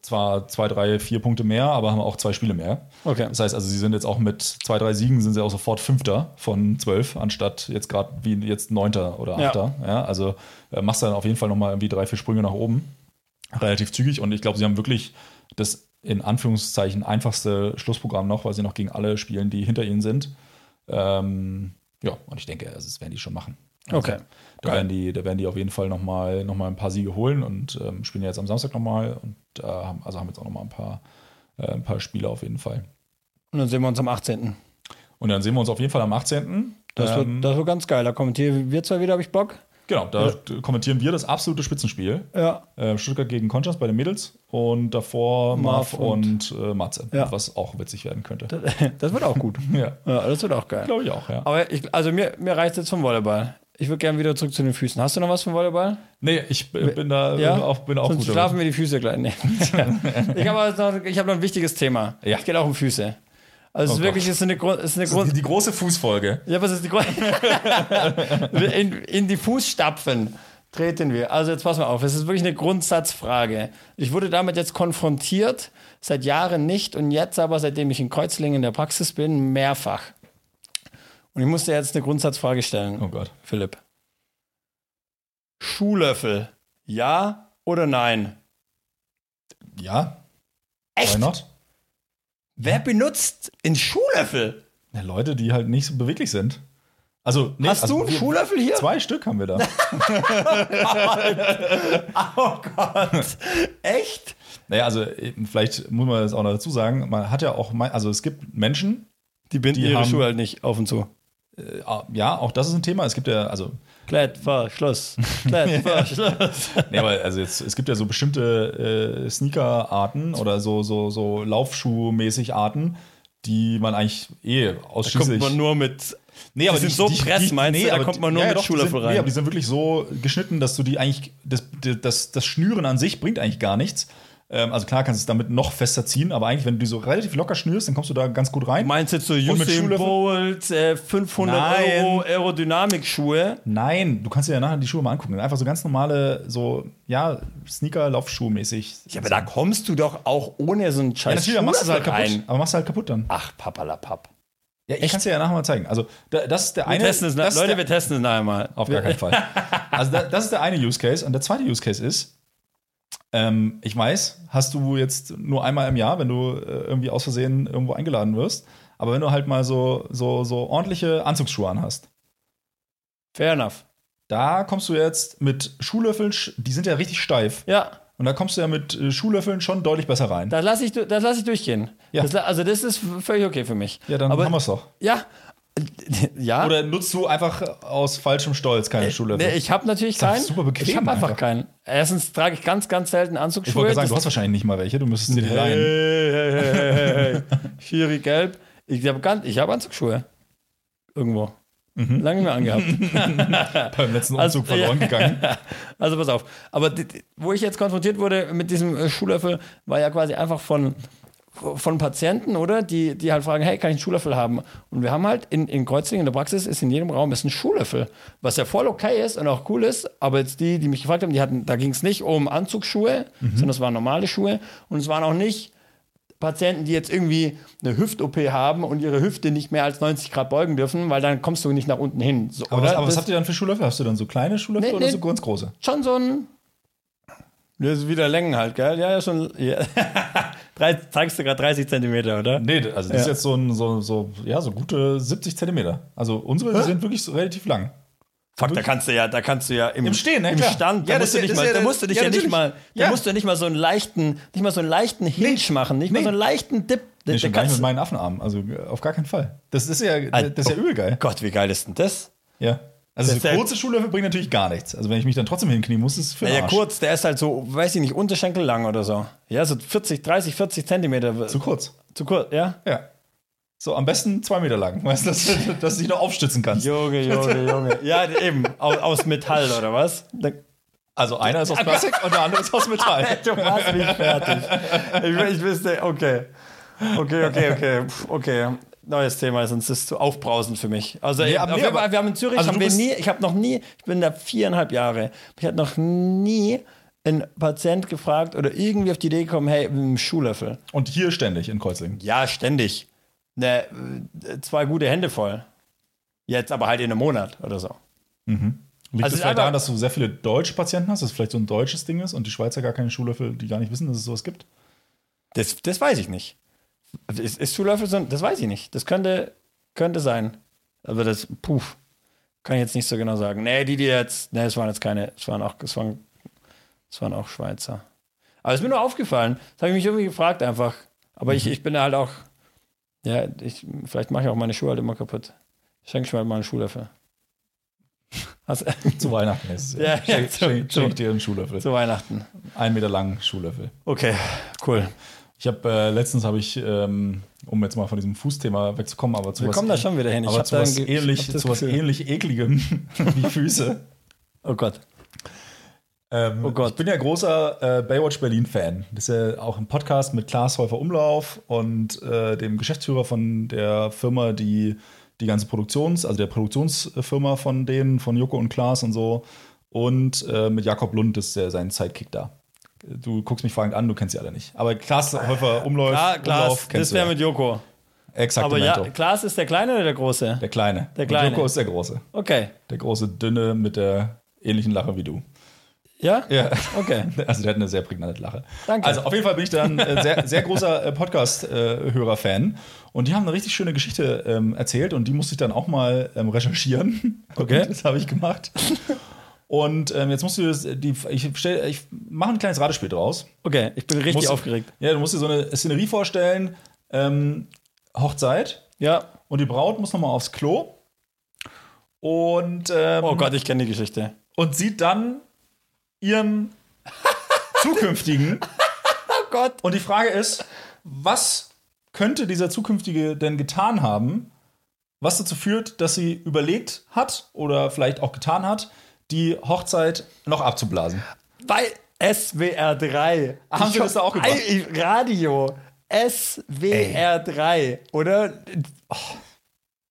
Speaker 2: zwar zwei, drei, vier Punkte mehr, aber haben auch zwei Spiele mehr.
Speaker 1: Okay.
Speaker 2: Das heißt also, sie sind jetzt auch mit zwei, drei Siegen sind sie auch sofort Fünfter von zwölf, anstatt jetzt gerade wie jetzt Neunter oder
Speaker 1: Ja.
Speaker 2: Achter. Ja. also äh, machst dann auf jeden Fall nochmal irgendwie drei, vier Sprünge nach oben. Relativ zügig. Und ich glaube, sie haben wirklich das in Anführungszeichen einfachste Schlussprogramm noch, weil sie noch gegen alle spielen, die hinter ihnen sind. Ähm, ja, und ich denke, also das werden die schon machen. Also,
Speaker 1: Okay.
Speaker 2: Da werden, die, da werden die auf jeden Fall nochmal noch mal ein paar Siege holen und ähm, spielen ja jetzt am Samstag nochmal und äh, haben, also haben jetzt auch nochmal ein paar, äh, ein paar Spiele auf jeden Fall.
Speaker 1: Und dann sehen wir uns am 18.
Speaker 2: Und dann sehen wir uns auf jeden Fall am 18.
Speaker 1: Das,
Speaker 2: Ähm,
Speaker 1: wird, das wird ganz geil. Da kommentieren wir zwar wieder, habe ich Bock.
Speaker 2: genau, da kommentieren wir das absolute Spitzenspiel.
Speaker 1: Ja.
Speaker 2: Äh, Stuttgart gegen Konstanz bei den Mädels und davor Marv,
Speaker 1: Marv
Speaker 2: und, äh, Matze,
Speaker 1: Ja.
Speaker 2: was auch witzig werden könnte.
Speaker 1: Das wird auch gut.
Speaker 2: ja,
Speaker 1: ja, das wird auch geil.
Speaker 2: glaube ich auch, ja.
Speaker 1: Aber ich, also mir, mir reicht jetzt vom Volleyball. Ich würde gerne wieder zurück zu den Füßen. Hast du noch was vom Volleyball?
Speaker 2: Nee, ich b- bin da
Speaker 1: Ja?
Speaker 2: Also bin auch, bin auch
Speaker 1: Sonst
Speaker 2: gut.
Speaker 1: schlafen mir die Füße gleich. Nee. ich habe aber noch, ich habe noch ein wichtiges Thema.
Speaker 2: Ja.
Speaker 1: Es geht auch um Füße. Also es
Speaker 2: Oh
Speaker 1: ist wirklich es ist eine, Grund, es ist eine Grund,
Speaker 2: Die große Fußfolge.
Speaker 1: Ja, was ist die Grund? in, in die Fußstapfen treten wir. Also jetzt pass mal auf, es ist wirklich eine Grundsatzfrage. Ich wurde damit jetzt konfrontiert, seit Jahren nicht und jetzt aber, seitdem ich in Kreuzlingen in der Praxis bin, mehrfach. Und ich musste jetzt eine Grundsatzfrage stellen,
Speaker 2: Oh Gott.
Speaker 1: Philipp. Schuhlöffel, ja oder nein?
Speaker 2: Ja, why
Speaker 1: Echt?
Speaker 2: not?
Speaker 1: Wer benutzt einen Schuhlöffel?
Speaker 2: Ja, Leute, die halt nicht so beweglich sind. Also, nee,
Speaker 1: Hast
Speaker 2: also
Speaker 1: du einen
Speaker 2: wir-
Speaker 1: Schuhlöffel hier?
Speaker 2: Zwei Stück haben wir da.
Speaker 1: Oh Gott. Echt?
Speaker 2: naja, also eben, vielleicht muss man das auch noch dazu sagen. Man hat ja auch, mei- also es gibt Menschen,
Speaker 1: Die binden
Speaker 2: Die
Speaker 1: ihre
Speaker 2: haben-
Speaker 1: Schuhe halt nicht auf und zu.
Speaker 2: Ah, ja, auch das ist ein Thema. Es gibt ja, also,
Speaker 1: Klettverschluss. Klettverschluss.
Speaker 2: nee, aber also jetzt, es gibt ja so bestimmte äh, Sneaker-Arten oder so, so, so Laufschuhmäßig Arten, die man eigentlich eh ausschließlich.
Speaker 1: nur mit.
Speaker 2: nee,
Speaker 1: die sind so press, meinst du? Da
Speaker 2: aber
Speaker 1: kommt
Speaker 2: die-
Speaker 1: man nur mit
Speaker 2: die
Speaker 1: Schuhlöffel
Speaker 2: sind,
Speaker 1: rein.
Speaker 2: Nee, aber die sind wirklich so geschnitten, dass du die eigentlich, das, das, das Schnüren an sich bringt eigentlich gar nichts. Ähm, also klar kannst du es damit noch fester ziehen, aber eigentlich, wenn du die so relativ locker schnürst, dann kommst du da ganz gut rein.
Speaker 1: Meinst du jetzt so
Speaker 2: mit
Speaker 1: Usain
Speaker 2: Schuhlöffel?
Speaker 1: Bolt, äh, 500
Speaker 2: Nein.
Speaker 1: Euro Aerodynamikschuhe?
Speaker 2: Nein, du kannst dir ja nachher die Schuhe mal angucken. Einfach so ganz normale, so, ja, Sneaker-Laufschuhmäßig.
Speaker 1: Ja, aber da kommst du doch auch ohne so einen
Speaker 2: Ja,
Speaker 1: scheiß
Speaker 2: natürlich, dann machst du es halt kaputt.
Speaker 1: Schuhlöffel rein.
Speaker 2: Aber machst du halt kaputt dann.
Speaker 1: Ach, papalapap.
Speaker 2: Ja, ich kann es dir ja nachher mal zeigen. Also, da, das ist der
Speaker 1: Wir
Speaker 2: eine.
Speaker 1: testen es, na-
Speaker 2: das ist
Speaker 1: Leute,
Speaker 2: der,
Speaker 1: wir testen es nachher mal.
Speaker 2: auf gar keinen Fall. Also, da, das ist der eine Use Case. Und der zweite Use Case ist, ähm, ich weiß, hast du jetzt nur einmal im Jahr, wenn du äh, irgendwie aus Versehen irgendwo eingeladen wirst. Aber wenn du halt mal so, so, so ordentliche Anzugsschuhe anhast,
Speaker 1: Fair enough.
Speaker 2: da kommst du jetzt mit Schuhlöffeln, sch- die sind ja richtig steif.
Speaker 1: Ja,
Speaker 2: Und da kommst du ja mit äh, Schuhlöffeln schon deutlich besser rein.
Speaker 1: das lasse ich, du- das lass ich durchgehen.
Speaker 2: Ja.
Speaker 1: Das, la- also, das ist völlig okay für mich.
Speaker 2: ja, dann
Speaker 1: aber,
Speaker 2: haben wir es doch.
Speaker 1: Ja. Ja.
Speaker 2: Oder nutzt du einfach aus falschem Stolz keine Schuhlöffel?
Speaker 1: Nee, ich habe natürlich
Speaker 2: doch
Speaker 1: keinen.
Speaker 2: super bequem
Speaker 1: ich habe einfach,
Speaker 2: einfach.
Speaker 1: keinen. Erstens trage ich ganz, ganz selten Anzugsschuhe.
Speaker 2: Ich wollte gerade sagen,
Speaker 1: Das-
Speaker 2: du hast wahrscheinlich nicht mal welche, du müsstest dir die leihen.
Speaker 1: Hey, hey, hey, hey, hey. Schiri gelb. Ich habe ganz, ich habe Anzugsschuhe. Irgendwo.
Speaker 2: Mhm.
Speaker 1: Lange nicht mehr angehabt.
Speaker 2: Beim letzten
Speaker 1: Also,
Speaker 2: Umzug verloren gegangen.
Speaker 1: Also pass auf. Aber die, die, wo ich jetzt konfrontiert wurde mit diesem äh, Schuhlöffel, war ja quasi einfach von, von Patienten, oder? Die, die halt fragen, hey, kann ich einen Schuhlöffel haben? Und wir haben halt in, in Kreuzlingen, in der Praxis, ist in jedem Raum ist ein Schuhlöffel. Was ja voll okay ist und auch cool ist. Aber jetzt die, die mich gefragt haben, die hatten, da ging es nicht um Anzugsschuhe,
Speaker 2: Mhm.
Speaker 1: sondern es waren normale Schuhe. Und es waren auch nicht Patienten, die jetzt irgendwie eine Hüft-OP haben und ihre Hüfte nicht mehr als 90 Grad beugen dürfen, weil dann kommst du nicht nach unten hin. So,
Speaker 2: Aber, was,
Speaker 1: oder?
Speaker 2: aber was
Speaker 1: Das-
Speaker 2: habt ihr dann für Schuhlöffel? Hast du dann so kleine Schuhlöffel
Speaker 1: Nee,
Speaker 2: oder
Speaker 1: nee.
Speaker 2: so ganz große?
Speaker 1: schon so ein. Das ist wieder Längen halt, gell? Ja, ja, schon. Ja. Drei, zeigst du gerade 30 Zentimeter, oder?
Speaker 2: Nee, also das ist jetzt so, ein, so, so, ja, so gute 70 Zentimeter. Also unsere die sind wirklich so relativ lang.
Speaker 1: Fuck, da kannst du ja, da kannst du ja im,
Speaker 2: Im Stehen, ne,
Speaker 1: im
Speaker 2: klar.
Speaker 1: Stand, da
Speaker 2: Ja,
Speaker 1: musst
Speaker 2: das
Speaker 1: du
Speaker 2: ist ja-
Speaker 1: dich
Speaker 2: das
Speaker 1: mal,
Speaker 2: ist ja-
Speaker 1: da musst du dich
Speaker 2: ja,
Speaker 1: ja, nicht
Speaker 2: natürlich.
Speaker 1: mal, da
Speaker 2: Ja.
Speaker 1: musst du nicht mal so einen leichten, nicht mal so einen leichten Hinge machen, nicht
Speaker 2: Nee.
Speaker 1: mal so einen leichten Dip Der- der
Speaker 2: Nee, schon gar nicht mit
Speaker 1: kannst-
Speaker 2: meinen Affenarmen. Also äh, auf gar keinen Fall. Das ist ja, das ist ja übel geil.
Speaker 1: Gott, wie geil ist denn das?
Speaker 2: Ja. Also
Speaker 1: Das ist
Speaker 2: so
Speaker 1: ja-
Speaker 2: kurze Schuhlöffel bringen natürlich gar nichts. Also wenn ich mich dann trotzdem hinknien muss, ist es für
Speaker 1: Ja,
Speaker 2: den
Speaker 1: ja,
Speaker 2: Arsch.
Speaker 1: kurz, der ist halt so, weiß ich nicht, Unterschenkel lang oder so. Ja, so 40, 30, 40 Zentimeter.
Speaker 2: Zu
Speaker 1: Zu,
Speaker 2: kurz.
Speaker 1: kurz, ja?
Speaker 2: Ja. So, am besten zwei Meter lang, weißt du, dass, dass du dich noch aufstützen kannst.
Speaker 1: Junge, Junge, Junge. Ja, eben, aus, aus Metall oder was? Da,
Speaker 2: Also einer ist aus Plastik und der andere ist aus Metall.
Speaker 1: du warst nicht fertig. Ich, ich wüsste, okay. Okay, okay, okay. Pff, Okay. Neues Thema, sonst ist es zu aufbrausend für mich. Also,
Speaker 2: Nee,
Speaker 1: ich-
Speaker 2: aber-
Speaker 1: auf
Speaker 2: nee,
Speaker 1: jeden Fall,
Speaker 2: aber-
Speaker 1: wir haben in Zürich,
Speaker 2: also
Speaker 1: haben
Speaker 2: du
Speaker 1: wir
Speaker 2: bist-
Speaker 1: nie, ich habe noch nie, ich bin da viereinhalb Jahre, ich habe noch nie einen Patient gefragt oder irgendwie auf die Idee gekommen, hey, mit einem Schuhlöffel.
Speaker 2: Und hier ständig in Kreuzlingen.
Speaker 1: Ja, ständig. Ne, äh, zwei gute Hände voll. Jetzt aber halt in einem Monat oder so.
Speaker 2: Liegt
Speaker 1: Also
Speaker 2: es vielleicht
Speaker 1: aber-
Speaker 2: daran, dass du sehr viele deutsche Patienten hast, dass es vielleicht so ein deutsches Ding ist und die Schweizer gar keine Schuhlöffel, die gar nicht wissen, dass es sowas gibt?
Speaker 1: Das, das weiß ich nicht. Ist, ist Zulöffel so ein, das weiß ich nicht. Das könnte, könnte sein. Aber das, puh, kann ich jetzt nicht so genau sagen. Nee, die, die jetzt, nee, es waren jetzt keine, es waren auch, es waren, es waren auch Schweizer. Aber es ist mir nur aufgefallen. Das habe ich mich irgendwie gefragt einfach. Aber ich, ich bin da halt auch, ja, ich, vielleicht mache ich auch meine Schuhe halt immer kaputt. Schenke ich mir halt mal einen Schuhlöffel. Also, Hast,
Speaker 2: Zu Weihnachten ist es.
Speaker 1: Ja, ja,
Speaker 2: Schenk-
Speaker 1: zu-
Speaker 2: Schenk
Speaker 1: zu-
Speaker 2: schenk dir einen Schuhlöffel.
Speaker 1: zu Weihnachten.
Speaker 2: Ein Meter langen Schuhlöffel.
Speaker 1: Okay, cool.
Speaker 2: Ich habe äh, letztens habe ich, ähm, um jetzt mal von diesem Fußthema wegzukommen, aber zu
Speaker 1: Wir
Speaker 2: was e-
Speaker 1: kommen da schon wieder hin. Ich
Speaker 2: aber
Speaker 1: hab
Speaker 2: zu
Speaker 1: da
Speaker 2: was
Speaker 1: ein Ge-
Speaker 2: ähnlich,
Speaker 1: hab das
Speaker 2: zu was
Speaker 1: Gefühl.
Speaker 2: ähnlich ekligem wie Füße.
Speaker 1: Oh Gott.
Speaker 2: Ähm,
Speaker 1: Oh Gott.
Speaker 2: Ich bin ja großer äh, Baywatch Berlin Fan. Das ist ja auch ein Podcast mit Klaas Häufer Umlauf und äh, dem Geschäftsführer von der Firma, die die ganze Produktions, also der Produktionsfirma von denen, von Joko und Klaas und so. Und äh, mit Jakob Lund ist der sein Sidekick da. Du guckst mich fragend an, du kennst sie alle nicht. Aber Klaas Häufer Umlauf,
Speaker 1: Ah, Klaas,
Speaker 2: Umlauf
Speaker 1: das
Speaker 2: kennst
Speaker 1: wäre
Speaker 2: du.
Speaker 1: mit Joko.
Speaker 2: Exakt.
Speaker 1: Aber ja, Klaas ist der Kleine oder der Große?
Speaker 2: der Kleine.
Speaker 1: Der Kleine.
Speaker 2: Und Joko ist der Große.
Speaker 1: Okay.
Speaker 2: Der große, dünne mit der ähnlichen Lache wie du.
Speaker 1: Ja?
Speaker 2: Ja.
Speaker 1: Okay.
Speaker 2: Also der hat eine sehr prägnante Lache.
Speaker 1: Danke.
Speaker 2: Also auf jeden Fall bin ich da ein äh, sehr, sehr großer Podcast-Hörer-Fan. Und die haben eine richtig schöne Geschichte ähm, erzählt und die musste ich dann auch mal ähm, recherchieren.
Speaker 1: Okay.
Speaker 2: Und das habe ich gemacht. Und ähm, jetzt musst du das, die, ich, stell, ich mache ein kleines Ratespiel draus.
Speaker 1: Okay, ich bin richtig
Speaker 2: Musst-
Speaker 1: aufgeregt.
Speaker 2: Ja, du musst dir so eine Szenerie vorstellen. Ähm, Hochzeit
Speaker 1: Ja.
Speaker 2: und die Braut muss nochmal aufs Klo. Und ähm,
Speaker 1: Oh Gott, ich kenne die Geschichte.
Speaker 2: und sieht dann ihren zukünftigen.
Speaker 1: Oh Gott.
Speaker 2: Und die Frage ist, was könnte dieser zukünftige denn getan haben, was dazu führt, dass sie überlegt hat oder vielleicht auch getan hat, die Hochzeit noch abzublasen?
Speaker 1: Bei SWR 3.
Speaker 2: Haben sie das da auch gemacht?
Speaker 1: Ei, Radio. SWR 3, oder? Oh.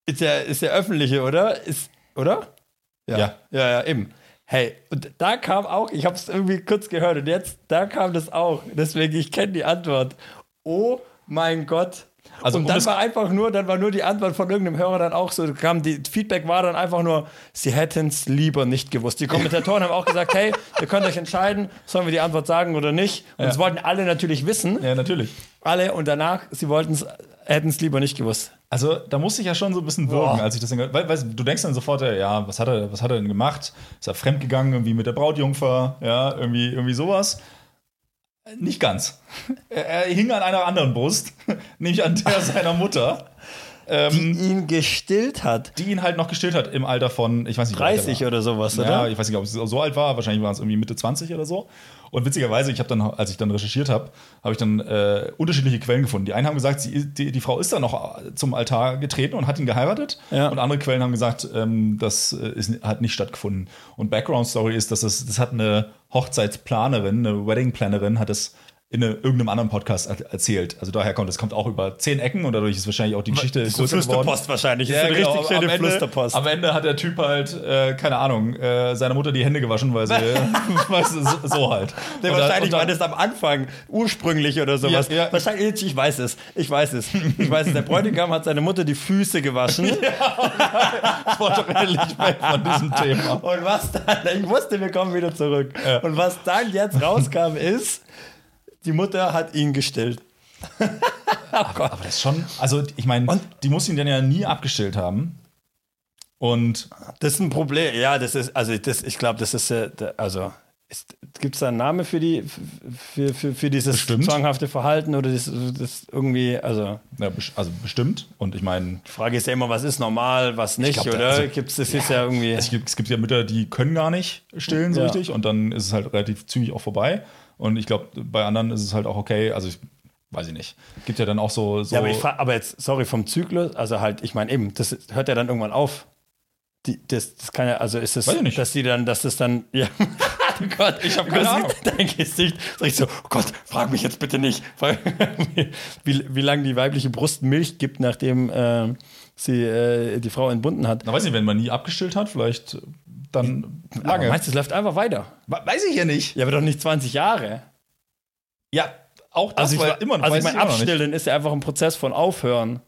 Speaker 1: Ist ja, ist ja öffentliche, oder? Ist, oder?
Speaker 2: Ja.
Speaker 1: Ja, ja, eben. Hey, und da kam auch, ich habe es irgendwie kurz gehört und jetzt, da kam das auch. Deswegen, ich kenne die Antwort. Oh mein Gott. Also,
Speaker 2: Also, um
Speaker 1: und dann
Speaker 2: das-
Speaker 1: war einfach nur, dann war nur die Antwort von irgendeinem Hörer dann auch so, kam die Feedback war dann einfach nur, sie hätten es lieber nicht gewusst. Die Kommentatoren haben auch gesagt, hey, ihr könnt euch entscheiden, sollen wir die Antwort sagen oder nicht. Und das wollten alle natürlich wissen,
Speaker 2: Ja, natürlich.
Speaker 1: alle und danach, sie wollten es, hätten es lieber nicht gewusst.
Speaker 2: Also da musste ich ja schon so ein bisschen würgen,
Speaker 1: Boah.
Speaker 2: als ich das dann gehört weil, weißt, du, Du denkst dann sofort, äh, ja, was hat er, was hat er denn gemacht? Ist er fremdgegangen, irgendwie mit der Brautjungfer, ja, irgendwie, irgendwie sowas. Nicht ganz. Er, er hing an einer anderen Brust, nämlich an der seiner Mutter,
Speaker 1: Ihn gestillt hat.
Speaker 2: die ihn halt noch gestillt hat im Alter von, ich weiß nicht, wie alt er
Speaker 1: 30
Speaker 2: war.
Speaker 1: oder sowas, oder?
Speaker 2: Ja, ich weiß nicht, ob es so alt war, wahrscheinlich waren es irgendwie Mitte 20 oder so. Und witzigerweise, ich habe dann, als ich dann recherchiert habe, habe ich dann äh, unterschiedliche Quellen gefunden. Die einen haben gesagt, sie, die, die Frau ist dann noch äh, zum Altar getreten und hat ihn geheiratet.
Speaker 1: Ja.
Speaker 2: Und andere Quellen haben gesagt, ähm, das äh, ist, hat nicht stattgefunden. Und Background Story ist, dass das, das hat eine Hochzeitsplanerin, eine Wedding Plannerin, hat es in eine, irgendeinem anderen Podcast er erzählt. Also daher kommt, es kommt auch über zehn Ecken und dadurch ist wahrscheinlich auch die Geschichte
Speaker 1: Das ist eine
Speaker 2: größer geworden.
Speaker 1: Flüsterpost wahrscheinlich. Das
Speaker 2: Ja,
Speaker 1: ist eine
Speaker 2: genau.
Speaker 1: richtig
Speaker 2: Am
Speaker 1: schöne
Speaker 2: Ende-
Speaker 1: Flüsterpost.
Speaker 2: Am Ende hat der Typ halt, äh, keine Ahnung, äh, seiner Mutter die Hände gewaschen, weil sie, weißt du, so, so halt.
Speaker 1: Nee,
Speaker 2: Und dann-
Speaker 1: wahrscheinlich
Speaker 2: und dann-
Speaker 1: war das am Anfang ursprünglich oder sowas.
Speaker 2: Ja, ja.
Speaker 1: Wahrscheinlich, ich weiß es, ich weiß es, ich weiß es. Der Bräutigam hat seine Mutter die Füße gewaschen
Speaker 2: Ich wollte doch endlich weg von diesem Thema.
Speaker 1: und was dann, ich wusste, wir kommen wieder zurück.
Speaker 2: Ja.
Speaker 1: Und was dann jetzt rauskam ist, die Mutter hat ihn gestillt.
Speaker 2: Aber das ist schon, also ich meine,
Speaker 1: Und-
Speaker 2: die muss ihn dann ja nie abgestillt haben. Und
Speaker 1: Das ist ein Problem, ja, das ist, also das, ich glaube, das ist, äh, da- also Gibt es da einen Namen für, die, für, für, für dieses
Speaker 2: Bestimmt.
Speaker 1: zwanghafte Verhalten oder das, das irgendwie, also
Speaker 2: Ja, bes- also bestimmt. Und ich meine,
Speaker 1: die Frage ist ja immer, was ist normal, was nicht,
Speaker 2: glaub, da-
Speaker 1: oder?
Speaker 2: also-
Speaker 1: Gibt's, das ist ja irgendwie.
Speaker 2: es gibt, es gibt ja Mütter, die können gar nicht stillen so
Speaker 1: Ja.
Speaker 2: richtig und dann ist es halt relativ zügig auch vorbei. Und ich glaube, bei anderen ist es halt auch okay. Also ich weiß ich nicht. Gibt ja dann auch so. so
Speaker 1: Ja, aber, ich fra- aber jetzt, sorry, vom Zyklus, also halt, ich meine eben, das hört ja dann irgendwann auf. Die, das, das kann ja, also ist es,
Speaker 2: Weiß ich nicht.
Speaker 1: dass die dann, dass das dann, ja. Oh Gott, ich habe
Speaker 2: keine Ahnung.
Speaker 1: Dein Gesicht, sag ich so, oh Gott, frag mich jetzt bitte nicht, weil- wie, wie lange die weibliche Brust Milch gibt, nachdem ähm, sie äh, die Frau entbunden hat.
Speaker 2: na, weiß ich nicht, wenn man nie abgestillt hat, vielleicht äh, dann
Speaker 1: Aber
Speaker 2: lange.
Speaker 1: Meinst du, es läuft einfach weiter?
Speaker 2: We- weiß ich ja nicht.
Speaker 1: Ja, aber doch nicht 20 Jahre.
Speaker 2: Ja, auch das
Speaker 1: Also ich,
Speaker 2: war immer
Speaker 1: also
Speaker 2: weiß
Speaker 1: ich mein,
Speaker 2: immer noch nicht.
Speaker 1: Abstillen ist ja einfach ein Prozess von Aufhören.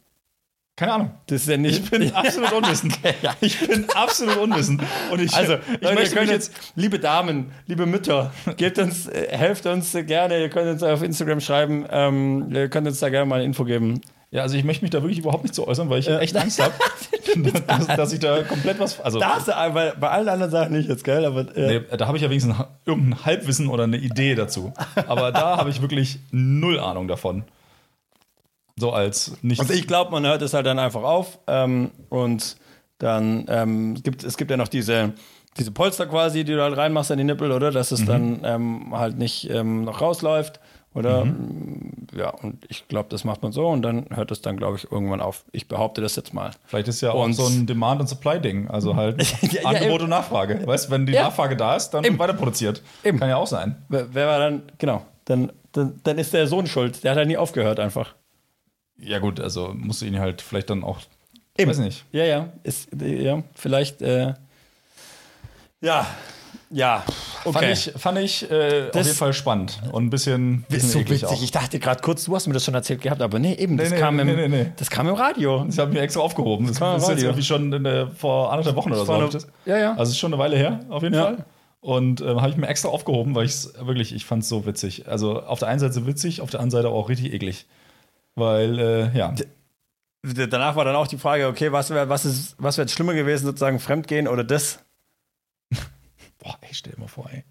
Speaker 2: Keine Ahnung.
Speaker 1: Das ist ja nicht.
Speaker 2: Ich bin absolut unwissend. Ich bin absolut unwissend. Und ich,
Speaker 1: Also,
Speaker 2: ich
Speaker 1: Leute,
Speaker 2: möchte
Speaker 1: ihr könnt
Speaker 2: mich
Speaker 1: jetzt,
Speaker 2: jetzt.
Speaker 1: liebe Damen, liebe Mütter, gebt uns, äh, helft uns äh, gerne. Ihr könnt uns auf Instagram schreiben. Ähm, ihr könnt uns da gerne mal eine Info geben.
Speaker 2: Ja, also ich möchte mich da wirklich überhaupt nicht zu äußern, weil ich echt Angst habe, dass, dass ich da komplett was. Also,
Speaker 1: Darfst du aber bei allen anderen Sachen nicht jetzt, gell? Aber äh,
Speaker 2: nee, da habe ich ja wenigstens ein Ha- irgendein Halbwissen oder eine Idee dazu. Aber da habe ich wirklich null Ahnung davon. So als nicht.
Speaker 1: also ich glaube, man hört es halt dann einfach auf. Ähm, und dann ähm, es gibt es gibt ja noch diese, diese Polster quasi, die du halt reinmachst an die Nippel, oder? Dass
Speaker 2: Mhm.
Speaker 1: es dann ähm, halt nicht ähm, noch rausläuft. Oder
Speaker 2: Mhm.
Speaker 1: ähm, ja, und ich glaube, das macht man so und dann hört es dann, glaube ich, irgendwann auf. Ich behaupte das jetzt mal.
Speaker 2: Vielleicht ist ja auch
Speaker 1: Und-
Speaker 2: so ein Demand- und Supply-Ding. Also halt
Speaker 1: Ja, ja,
Speaker 2: Angebot
Speaker 1: eben.
Speaker 2: und Nachfrage. Weißt du, wenn die
Speaker 1: Ja.
Speaker 2: Nachfrage da ist, dann wird weiter produziert.
Speaker 1: Eben.
Speaker 2: Kann ja auch sein.
Speaker 1: Wer wer war dann, genau, dann, dann, dann ist der Sohn schuld. Der hat halt nie aufgehört einfach.
Speaker 2: Ja, gut, also musst du ihn halt vielleicht dann auch.
Speaker 1: Eben.
Speaker 2: Weiß nicht.
Speaker 1: Ja, ja, ist, ja, vielleicht, äh, ja, ja,
Speaker 2: Fand
Speaker 1: okay.
Speaker 2: ich, fand ich äh, auf
Speaker 1: Das-
Speaker 2: jeden Fall spannend und ein bisschen, bisschen
Speaker 1: ist so
Speaker 2: eklig
Speaker 1: witzig. Ich dachte gerade kurz, du hast mir das schon erzählt gehabt, aber nee, eben, das,
Speaker 2: nee,
Speaker 1: kam, im,
Speaker 2: nee, nee, nee.
Speaker 1: das kam im Radio.
Speaker 2: Ich habe mir extra aufgehoben. Das,
Speaker 1: Kann man
Speaker 2: ist jetzt
Speaker 1: Radio.
Speaker 2: irgendwie schon in der, vor anderthalb Wochen oder so.
Speaker 1: Vor
Speaker 2: hab ich das.
Speaker 1: einer- ja, ja.
Speaker 2: Also ist schon eine Weile her, auf jeden
Speaker 1: Ja.
Speaker 2: Fall. Und ähm, habe ich mir extra aufgehoben, weil ich es wirklich, ich fand es so witzig. Also auf der einen Seite witzig, auf der anderen Seite auch richtig eklig. Weil, äh, ja.
Speaker 1: Danach war dann auch die Frage, okay, was wäre was ist, was wär jetzt schlimmer gewesen, sozusagen Fremdgehen oder das?
Speaker 2: Boah, ey, stell dir mal vor, ey.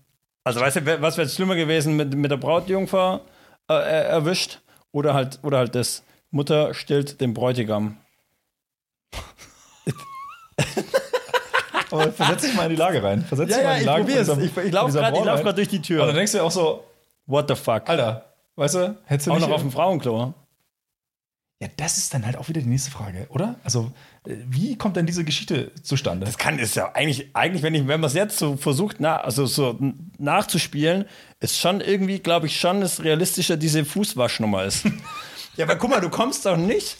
Speaker 1: Also, weißt du, wer- was wäre jetzt schlimmer gewesen, mit, mit der Brautjungfer äh, äh, erwischt oder halt, oder halt das? Mutter stillt den Bräutigam.
Speaker 2: Aber Oh, versetz dich mal in die Lage rein. Versetz dich mal in die Lage von dieser-
Speaker 1: Ich, ich
Speaker 2: von
Speaker 1: laufe
Speaker 2: dieser
Speaker 1: gerade
Speaker 2: Braut rein.
Speaker 1: durch die
Speaker 2: Und dann
Speaker 1: Tür.
Speaker 2: denkst du dir auch so,
Speaker 1: What the fuck?
Speaker 2: Alter, weißt du, hättest du
Speaker 1: auch
Speaker 2: nicht
Speaker 1: noch auf dem Frauenklo.
Speaker 2: Ja, das ist dann halt auch wieder die nächste Frage, oder? Also, äh, wie kommt denn diese Geschichte zustande?
Speaker 1: Das kann ist ja eigentlich, eigentlich wenn, ich- wenn man es jetzt so versucht, na, also so n- nachzuspielen, ist schon irgendwie, glaube ich, schon das realistischer diese Fußwaschnummer ist. ja, aber guck mal, du kommst doch nicht.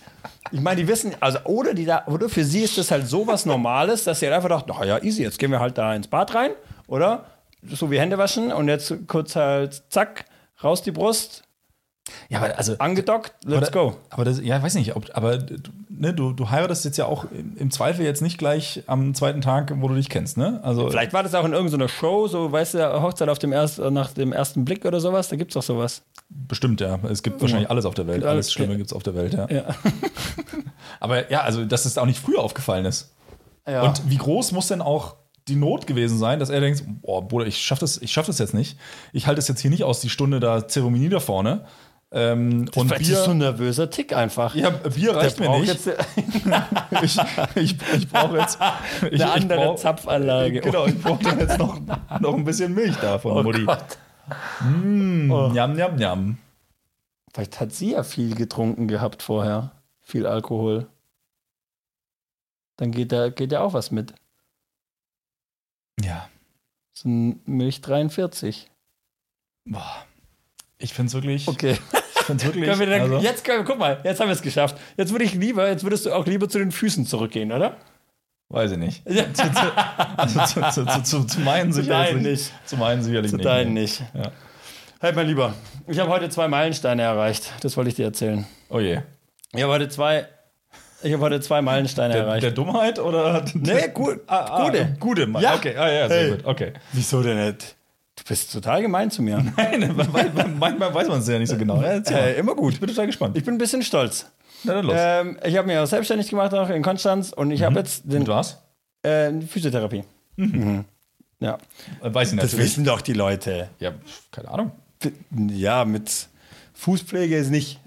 Speaker 1: Ich meine, die wissen, also oder die da, oder für sie ist das halt sowas Normales, dass sie halt einfach dachten, naja, easy, jetzt gehen wir halt da ins Bad rein, oder? So wie Hände waschen und jetzt kurz halt zack, raus die Brust,
Speaker 2: ja, aber also.
Speaker 1: angedockt, let's
Speaker 2: aber,
Speaker 1: go.
Speaker 2: Aber das, ja, ich weiß nicht, ob, aber du- ne, du, du heiratest jetzt ja auch im im Zweifel jetzt nicht gleich am zweiten Tag, wo du dich kennst, ne? Also,
Speaker 1: Vielleicht war das auch in irgendeiner Show, so, weißt du, Hochzeit auf dem erst, nach dem ersten Blick oder sowas, da gibt's doch sowas.
Speaker 2: bestimmt, ja. Es gibt wahrscheinlich alles auf der Welt.
Speaker 1: Gibt
Speaker 2: Alles
Speaker 1: alles,
Speaker 2: Schlimme
Speaker 1: ja.
Speaker 2: gibt es auf der Welt, ja.
Speaker 1: Ja.
Speaker 2: Aber ja, also, dass es auch nicht früher aufgefallen ist.
Speaker 1: Ja.
Speaker 2: Und wie groß muss denn auch die Not gewesen sein, dass er denkt, boah, Bruder, ich schaff das, ich schaff das jetzt nicht. Ich halte es jetzt hier nicht aus, die Stunde da Zeremonie da vorne. Ähm, und
Speaker 1: Vielleicht ist es so
Speaker 2: Bier,
Speaker 1: ein nervöser Tick einfach.
Speaker 2: ja, Bier reicht mir
Speaker 1: braucht
Speaker 2: nicht.
Speaker 1: jetzt
Speaker 2: ich ich, ich brauche jetzt ich,
Speaker 1: eine andere
Speaker 2: ich brauch,
Speaker 1: Zapfanlage.
Speaker 2: Genau, ich brauche dann jetzt noch, noch ein bisschen Milch davon,
Speaker 1: Oh
Speaker 2: Mutti. Mm,
Speaker 1: Gott. Oh.
Speaker 2: Njam, njam, njam.
Speaker 1: Vielleicht hat sie ja viel getrunken gehabt vorher. Viel Alkohol. Dann geht da, geht ja auch was mit.
Speaker 2: Ja,
Speaker 1: So ein Milch 43.
Speaker 2: boah. Ich find's wirklich,
Speaker 1: Okay.
Speaker 2: ich find's wirklich,
Speaker 1: Können wir dann,
Speaker 2: also,
Speaker 1: jetzt können wir, guck mal, jetzt haben wir es geschafft. Jetzt würde ich lieber, jetzt würdest du auch lieber zu den Füßen zurückgehen, oder?
Speaker 2: weiß ich nicht.
Speaker 1: Ja.
Speaker 2: Zu, zu, also zu, zu, zu, zu, zu meinen sicherlich
Speaker 1: deinen nicht.
Speaker 2: Zu meinen sicherlich
Speaker 1: Zu
Speaker 2: nicht.
Speaker 1: deinen
Speaker 2: nee.
Speaker 1: nicht.
Speaker 2: Ja.
Speaker 1: Halt mal lieber. Ich habe heute zwei Meilensteine erreicht. Das wollte ich dir erzählen.
Speaker 2: Oh je.
Speaker 1: Ich habe heute zwei, ich habe heute zwei Meilensteine
Speaker 2: Der,
Speaker 1: erreicht.
Speaker 2: der Dummheit oder?
Speaker 1: Nee, gut,
Speaker 2: Ah, ah,
Speaker 1: gute.
Speaker 2: Gute, Mann.
Speaker 1: Ja.
Speaker 2: Okay, ah, ja, sehr
Speaker 1: Hey.
Speaker 2: gut. Okay.
Speaker 1: Wieso denn nicht? Du bist total gemein zu mir.
Speaker 2: Nein, manchmal weiß man es ja nicht so genau. Ja, erzähl mal.
Speaker 1: Äh, immer gut.
Speaker 2: Ich bin total gespannt.
Speaker 1: Ich bin ein bisschen stolz.
Speaker 2: Na dann los. Mhm.
Speaker 1: Ähm, ich habe mich auch selbstständig gemacht auch in Konstanz und ich habe jetzt den
Speaker 2: Mit was?
Speaker 1: äh, Physiotherapie. Mhm. Ja.
Speaker 2: Weiß ich
Speaker 1: Das
Speaker 2: natürlich.
Speaker 1: wissen doch die Leute.
Speaker 2: Ja, pf, keine Ahnung.
Speaker 1: Ja, mit Fußpflege ist nicht.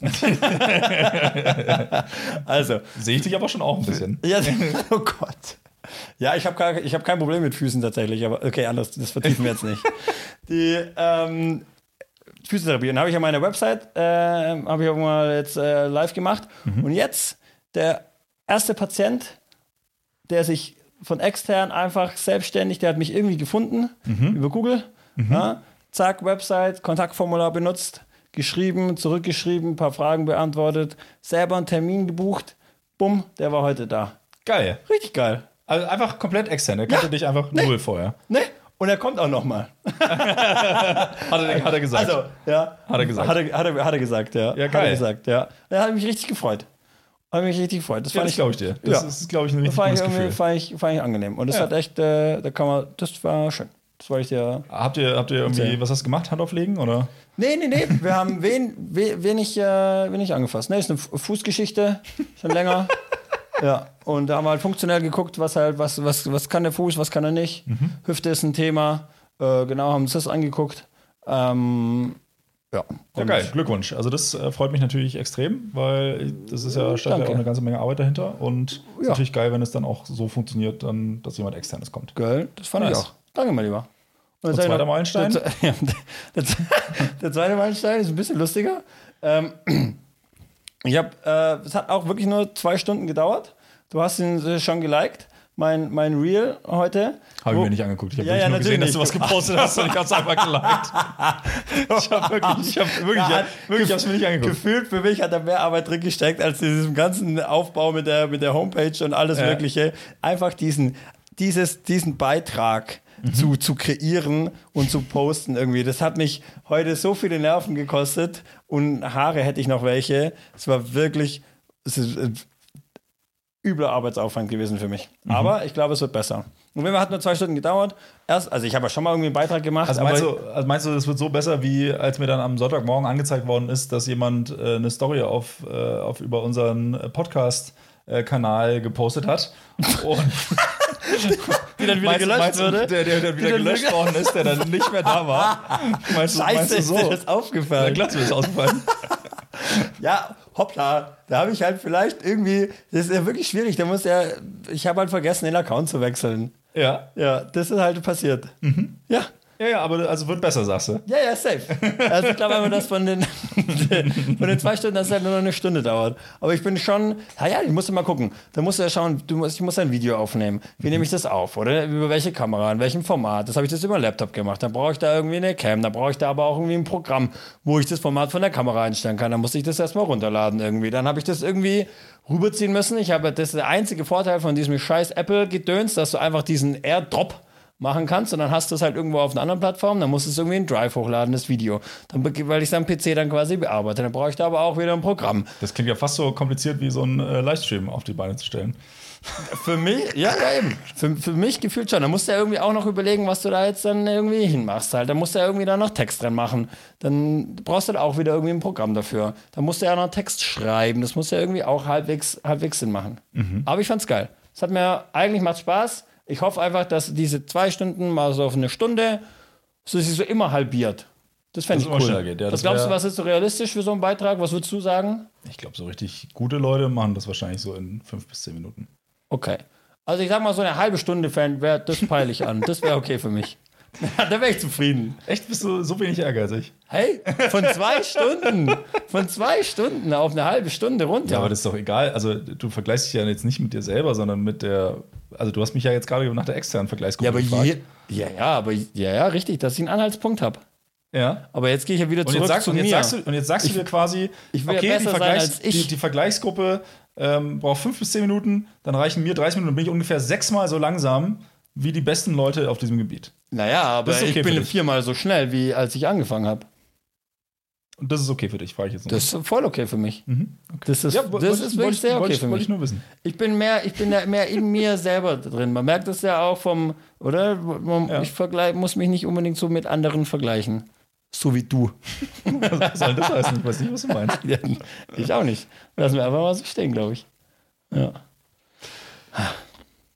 Speaker 1: also,
Speaker 2: Sehe ich dich aber schon auch ein bisschen.
Speaker 1: ja, oh Gott. Ja, ich habe ich hab kein Problem mit Füßen tatsächlich, aber okay, anders, das vertiefen wir jetzt nicht. Die ähm, Physiotherapie, und habe ich auf meiner Website, äh, habe ich auch mal jetzt äh, live gemacht. Und jetzt der erste Patient, der sich von extern einfach selbstständig, der hat mich irgendwie gefunden
Speaker 2: Mhm.
Speaker 1: über Google. Ja, zack, Website, Kontaktformular benutzt, geschrieben, zurückgeschrieben, ein paar Fragen beantwortet, selber einen Termin gebucht. Bumm, der war heute da.
Speaker 2: Geil.
Speaker 1: Richtig geil.
Speaker 2: Also einfach komplett extern. Er kannte dich einfach null vorher.
Speaker 1: Ne? Und er kommt auch nochmal.
Speaker 2: Hat er, hat er gesagt.
Speaker 1: Also, ja.
Speaker 2: Hat er gesagt.
Speaker 1: Hat er, hat er, hat er gesagt, ja.
Speaker 2: Ja,
Speaker 1: Hat
Speaker 2: geil.
Speaker 1: er gesagt, ja. Er hat mich richtig gefreut. Hat mich richtig gefreut. Das
Speaker 2: ja,
Speaker 1: fand
Speaker 2: das
Speaker 1: ich,
Speaker 2: glaube ich dir. Das
Speaker 1: Ja.
Speaker 2: ist, glaube ich, ein
Speaker 1: das
Speaker 2: richtig
Speaker 1: fand
Speaker 2: gutes
Speaker 1: ich, irgendwie,
Speaker 2: Gefühl.
Speaker 1: fand ich, fand ich angenehm. Und das
Speaker 2: Ja.
Speaker 1: hat echt, äh, da kann man, das war schön. Das wollte ich dir
Speaker 2: Habt ihr, habt ihr irgendwie,
Speaker 1: Erzähl.
Speaker 2: was hast du gemacht? Hand auflegen? Oder?
Speaker 1: Nee, nee, nee. Wir haben wen, we- wenig, äh, wenig angefasst. Nee, ist eine Fu- Fußgeschichte, schon länger. ja. Und da haben wir halt funktionell geguckt, was halt, was, was, was kann der Fuß, was kann er nicht. Hüfte ist ein Thema. Äh, genau, haben uns das angeguckt. Ähm, ja.
Speaker 2: Ja,
Speaker 1: Und-
Speaker 2: geil. Glückwunsch. Also, das äh, freut mich natürlich extrem, weil das ist ja, steht ja
Speaker 1: Äh, danke.
Speaker 2: auch eine ganze Menge Arbeit dahinter. Und es ist
Speaker 1: Ja.
Speaker 2: natürlich geil, wenn es dann auch so funktioniert, dann, dass jemand externes kommt.
Speaker 1: Geil, das fand
Speaker 2: Nice.
Speaker 1: ich auch. Danke, mein Lieber. Und
Speaker 2: Und
Speaker 1: sag ich
Speaker 2: zweiter Meilenstein?
Speaker 1: Der, zwe- ja, der, der, der zweite Meilenstein ist ein bisschen lustiger. Ähm, ich habe, äh, es hat auch wirklich nur zwei Stunden gedauert. Du hast ihn äh, schon geliked. Mein, mein Reel heute.
Speaker 2: Habe ich
Speaker 1: Wo-
Speaker 2: mir nicht angeguckt. Ich habe
Speaker 1: Ja,
Speaker 2: wirklich
Speaker 1: ja,
Speaker 2: nur gesehen, dass
Speaker 1: natürlich
Speaker 2: du was gepostet hast und ich habe es einfach geliked. Ich habe wirklich, ich habe wirklich,
Speaker 1: Ja, halt
Speaker 2: wirklich, ich habe es mir nicht angeguckt.
Speaker 1: Gefühlt für mich hat er mehr Arbeit drin gesteckt als in diesem ganzen Aufbau mit der, mit der Homepage und alles
Speaker 2: Ja.
Speaker 1: Mögliche. Einfach diesen, dieses, diesen Beitrag
Speaker 2: Mhm.
Speaker 1: zu, zu kreieren und zu posten irgendwie. Das hat mich heute so viele Nerven gekostet und Haare hätte ich noch welche. Es war wirklich es ist, äh, übler Arbeitsaufwand gewesen für mich.
Speaker 2: Mhm.
Speaker 1: Aber ich glaube, es wird besser. Und wenn man hat nur zwei Stunden gedauert. Erst, also ich habe ja schon mal irgendwie einen Beitrag gemacht.
Speaker 2: Also meinst,
Speaker 1: aber,
Speaker 2: du, also meinst du, das wird so besser, wie als mir dann am Sonntagmorgen angezeigt worden ist, dass jemand äh, eine Story auf, äh, auf über unseren Podcast-Kanal gepostet hat und
Speaker 1: die dann
Speaker 2: Meinst- meinst du, Der, der dann wieder
Speaker 1: dann
Speaker 2: gelöscht
Speaker 1: wieder-
Speaker 2: worden ist, der dann nicht mehr da war. Meinst du, meinst
Speaker 1: Scheiße,
Speaker 2: du
Speaker 1: ist
Speaker 2: so?
Speaker 1: dir das
Speaker 2: Na
Speaker 1: aufgefallen?
Speaker 2: klar, ist mir das ausgefallen.
Speaker 1: Ja, hoppla, da habe ich halt vielleicht irgendwie, das ist ja wirklich schwierig, da muss er, ich habe halt vergessen, den Account zu wechseln.
Speaker 2: ja.
Speaker 1: Ja, das ist halt passiert.
Speaker 2: Mhm.
Speaker 1: Ja,
Speaker 2: ja, ja, aber also wird besser, sagst du.
Speaker 1: ja, ja, safe. Also ich glaube einfach, dass von den, von den zwei Stunden, dass es halt nur noch eine Stunde dauert. Aber ich bin schon, naja, ich musste mal gucken. Da musst du ja schauen, du musst, ich muss ein Video aufnehmen. Wie nehme ich das auf? Oder über welche Kamera, in welchem Format? Das habe ich das über einen Laptop gemacht. Dann brauche ich da irgendwie eine Cam, dann brauche ich da aber auch irgendwie ein Programm, wo ich das Format von der Kamera einstellen kann. Dann musste ich das erstmal runterladen irgendwie. Dann habe ich das irgendwie rüberziehen müssen. Ich habe, das ist der einzige Vorteil von diesem scheiß Apple-Gedöns, dass du einfach diesen AirDrop machen kannst und dann hast du es halt irgendwo auf einer anderen Plattform, dann musst du es irgendwie in Drive hochladen, das Video. Dann, be- weil ich es am PC dann quasi bearbeite. Dann brauche ich da aber auch wieder ein Programm.
Speaker 2: Das klingt ja fast so kompliziert, wie so ein äh, Livestream auf die Beine zu stellen.
Speaker 1: Für mich, ja, ja eben. Für, für mich gefühlt schon. Da musst du ja irgendwie auch noch überlegen, was du da jetzt dann irgendwie hinmachst. Halt. Da musst du ja irgendwie dann noch Text dran machen. Dann brauchst du da auch wieder irgendwie ein Programm dafür. Da musst du ja noch Text schreiben. Das muss ja irgendwie auch halbwegs, halbwegs Sinn machen.
Speaker 2: Mhm.
Speaker 1: Aber ich fand's geil. Es hat mir eigentlich macht Spaß. Ich hoffe einfach, dass diese zwei Stunden mal so auf eine Stunde, so sich so immer halbiert. Das fände ich
Speaker 2: Dass es immer schneller
Speaker 1: cool.
Speaker 2: geht, ja,
Speaker 1: was
Speaker 2: das
Speaker 1: glaubst
Speaker 2: wär-
Speaker 1: du, was ist so realistisch für so einen Beitrag? Was würdest du sagen?
Speaker 2: Ich glaube, so richtig gute Leute machen das wahrscheinlich so in fünf bis zehn Minuten.
Speaker 1: Okay. Also ich sag mal, so eine halbe Stunde Fan, wär, das peile ich an. Das wäre okay für mich. da wäre ich zufrieden.
Speaker 2: Echt? Bist du so wenig ehrgeizig?
Speaker 1: Hey, von zwei Stunden, von zwei Stunden auf eine halbe Stunde runter.
Speaker 2: Ja, aber das ist doch egal. Also, du vergleichst dich ja jetzt nicht mit dir selber, sondern mit der. Also, du hast mich ja jetzt gerade nach der externen Vergleichsgruppe gefragt.
Speaker 1: je- ja, ja, aber ja, ja, richtig, dass ich einen Anhaltspunkt habe.
Speaker 2: ja.
Speaker 1: Aber jetzt gehe ich ja wieder
Speaker 2: Und
Speaker 1: zurück
Speaker 2: jetzt, sagst,
Speaker 1: zu
Speaker 2: und,
Speaker 1: mir.
Speaker 2: jetzt sagst du, und jetzt sagst du dir quasi,
Speaker 1: ich will ja
Speaker 2: okay, die,
Speaker 1: besser sein
Speaker 2: Vergleichs
Speaker 1: als ich.
Speaker 2: Die, die Vergleichsgruppe ähm, braucht fünf bis zehn Minuten, dann reichen mir 30 Minuten, dann bin ich ungefähr sechsmal so langsam wie die besten Leute auf diesem Gebiet.
Speaker 1: naja, aber
Speaker 2: Das ist okay
Speaker 1: ich
Speaker 2: für
Speaker 1: bin
Speaker 2: dich.
Speaker 1: viermal so schnell, wie als ich angefangen habe.
Speaker 2: Und das ist okay für dich, frage ich jetzt
Speaker 1: Das ist voll okay für mich. Das ist,
Speaker 2: Mhm. Ja,
Speaker 1: das
Speaker 2: wo-
Speaker 1: ist
Speaker 2: wollte ich-
Speaker 1: wirklich
Speaker 2: wollte ich-
Speaker 1: sehr
Speaker 2: wollte
Speaker 1: okay
Speaker 2: ich-
Speaker 1: für
Speaker 2: Wollte
Speaker 1: mich.
Speaker 2: ich nur wissen.
Speaker 1: Ich bin mehr, ich bin da mehr in mir selber drin. Man merkt das ja auch vom, oder? Man,
Speaker 2: Ja.
Speaker 1: Ich vergleich, muss mich nicht unbedingt so mit anderen vergleichen. So wie du.
Speaker 2: Was soll das heißen? Ich weiß nicht, was du meinst.
Speaker 1: Ja, ich auch nicht. Lass mir einfach mal so stehen, glaube ich. Ja.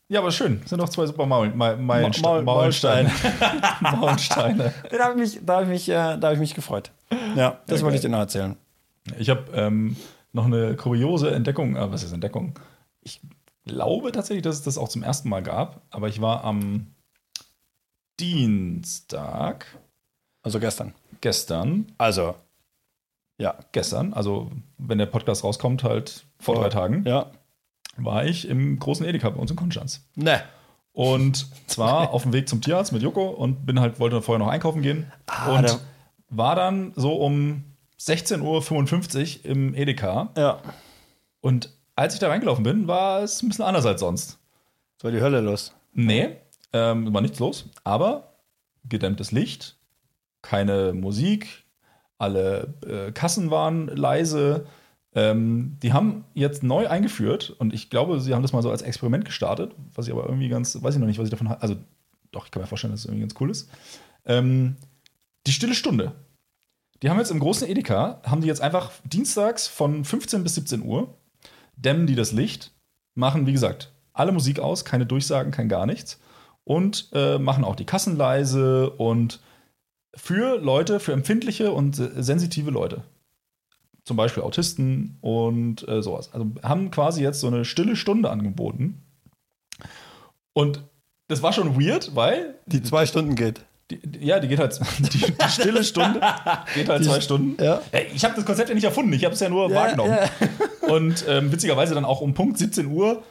Speaker 2: Ja, aber schön. Sind noch zwei super Maul, Ma, Meilenste-
Speaker 1: Maul-
Speaker 2: Maulensteine. Maulensteine.
Speaker 1: Da habe ich, mich- da hab ich, mich, äh, da hab ich mich gefreut. Ja, das wollte ich dir noch erzählen.
Speaker 2: Ich habe ähm, noch eine kuriose Entdeckung. Äh, was ist Entdeckung? Ich glaube tatsächlich, dass es das auch zum ersten Mal gab. Aber ich war am Dienstag
Speaker 1: Also gestern.
Speaker 2: gestern,
Speaker 1: Also,
Speaker 2: ja, gestern, also wenn der Podcast rauskommt, halt vor drei Tagen,
Speaker 1: ja.
Speaker 2: war ich im großen Edeka bei uns in Konstanz.
Speaker 1: Ne.
Speaker 2: Und zwar auf dem Weg zum Tierarzt mit Joko und bin halt, wollte vorher noch einkaufen gehen.
Speaker 1: Ah,
Speaker 2: und
Speaker 1: da-
Speaker 2: war dann so um 16.55 Uhr im Edeka.
Speaker 1: Ja.
Speaker 2: Und als ich da reingelaufen bin, war es ein bisschen anders als sonst.
Speaker 1: Es war die Hölle los.
Speaker 2: Nee, ähm, war nichts los, aber gedämmtes Licht, keine Musik, alle äh, Kassen waren leise. Ähm, die haben jetzt neu eingeführt und ich glaube, sie haben das mal so als Experiment gestartet, was ich aber irgendwie ganz, weiß ich noch nicht, was ich davon ha- Also, doch, ich kann mir vorstellen, dass es irgendwie ganz cool ist. Ähm, die stille Stunde. Die haben jetzt im großen Edeka, haben die jetzt einfach dienstags von 15 bis 17 Uhr, dämmen die das Licht machen, wie gesagt, alle Musik aus, keine Durchsagen, kein gar nichts. Und äh, machen auch die Kassen leise und für Leute, für empfindliche und äh, sensitive Leute. Zum Beispiel Autisten und äh, sowas. Also haben quasi jetzt so eine stille Stunde angeboten. Und das war schon weird, weil,
Speaker 1: Die zwei Stunden geht.
Speaker 2: die, die, ja, die geht halt, die, die stille Stunde geht halt zwei Stunden.
Speaker 1: Ja.
Speaker 2: Ey, Ich habe das Konzept ja nicht erfunden, ich habe es ja nur wahrgenommen.
Speaker 1: ja.
Speaker 2: Und ähm, witzigerweise dann auch um Punkt 17 Uhr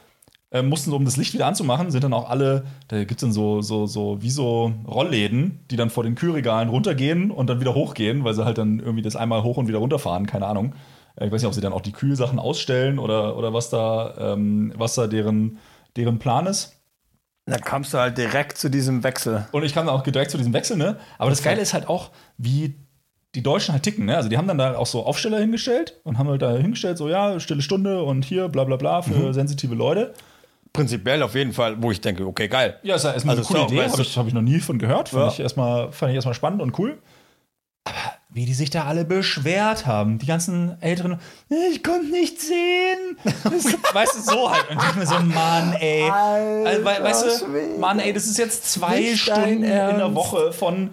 Speaker 2: ähm, mussten sie, um das Licht wieder anzumachen, sind dann auch alle, da gibt es dann so, so, so, wie so Rollläden, die dann vor den Kühlregalen runtergehen und dann wieder hochgehen, weil sie halt dann irgendwie das einmal hoch und wieder runterfahren, keine Ahnung. Äh, Ich weiß nicht, ob sie dann auch die Kühlsachen ausstellen oder, oder was da, ähm, was da deren, deren Plan ist.
Speaker 1: Da kamst du halt direkt zu diesem Wechsel.
Speaker 2: Und ich kam dann auch direkt zu diesem Wechsel, ne? Aber das Geile ist halt auch, wie die Deutschen halt ticken, ne? Also die haben dann da auch so Aufsteller hingestellt und haben halt da hingestellt, so ja, stille Stunde und hier, bla bla bla, für sensitive Leute.
Speaker 1: Prinzipiell auf jeden Fall, wo ich denke, okay, geil.
Speaker 2: Ja, ist ja erstmal
Speaker 1: Also
Speaker 2: eine coole
Speaker 1: ist ja auch
Speaker 2: Idee,
Speaker 1: besser.
Speaker 2: habe ich, hab ich noch nie von gehört. Fand
Speaker 1: Ja.
Speaker 2: ich erstmal fand ich erstmal spannend und cool. Aber wie die sich da alle beschwert haben, die ganzen Älteren, ich konnte nicht sehen. Das, weißt du, so halt. Und ich dachte mir so, Mann, ey. Also, we weißt du,
Speaker 1: Schwede.
Speaker 2: Mann, ey, das ist jetzt zwei
Speaker 1: Nicht dein
Speaker 2: Stunden in der
Speaker 1: Ernst.
Speaker 2: Woche von,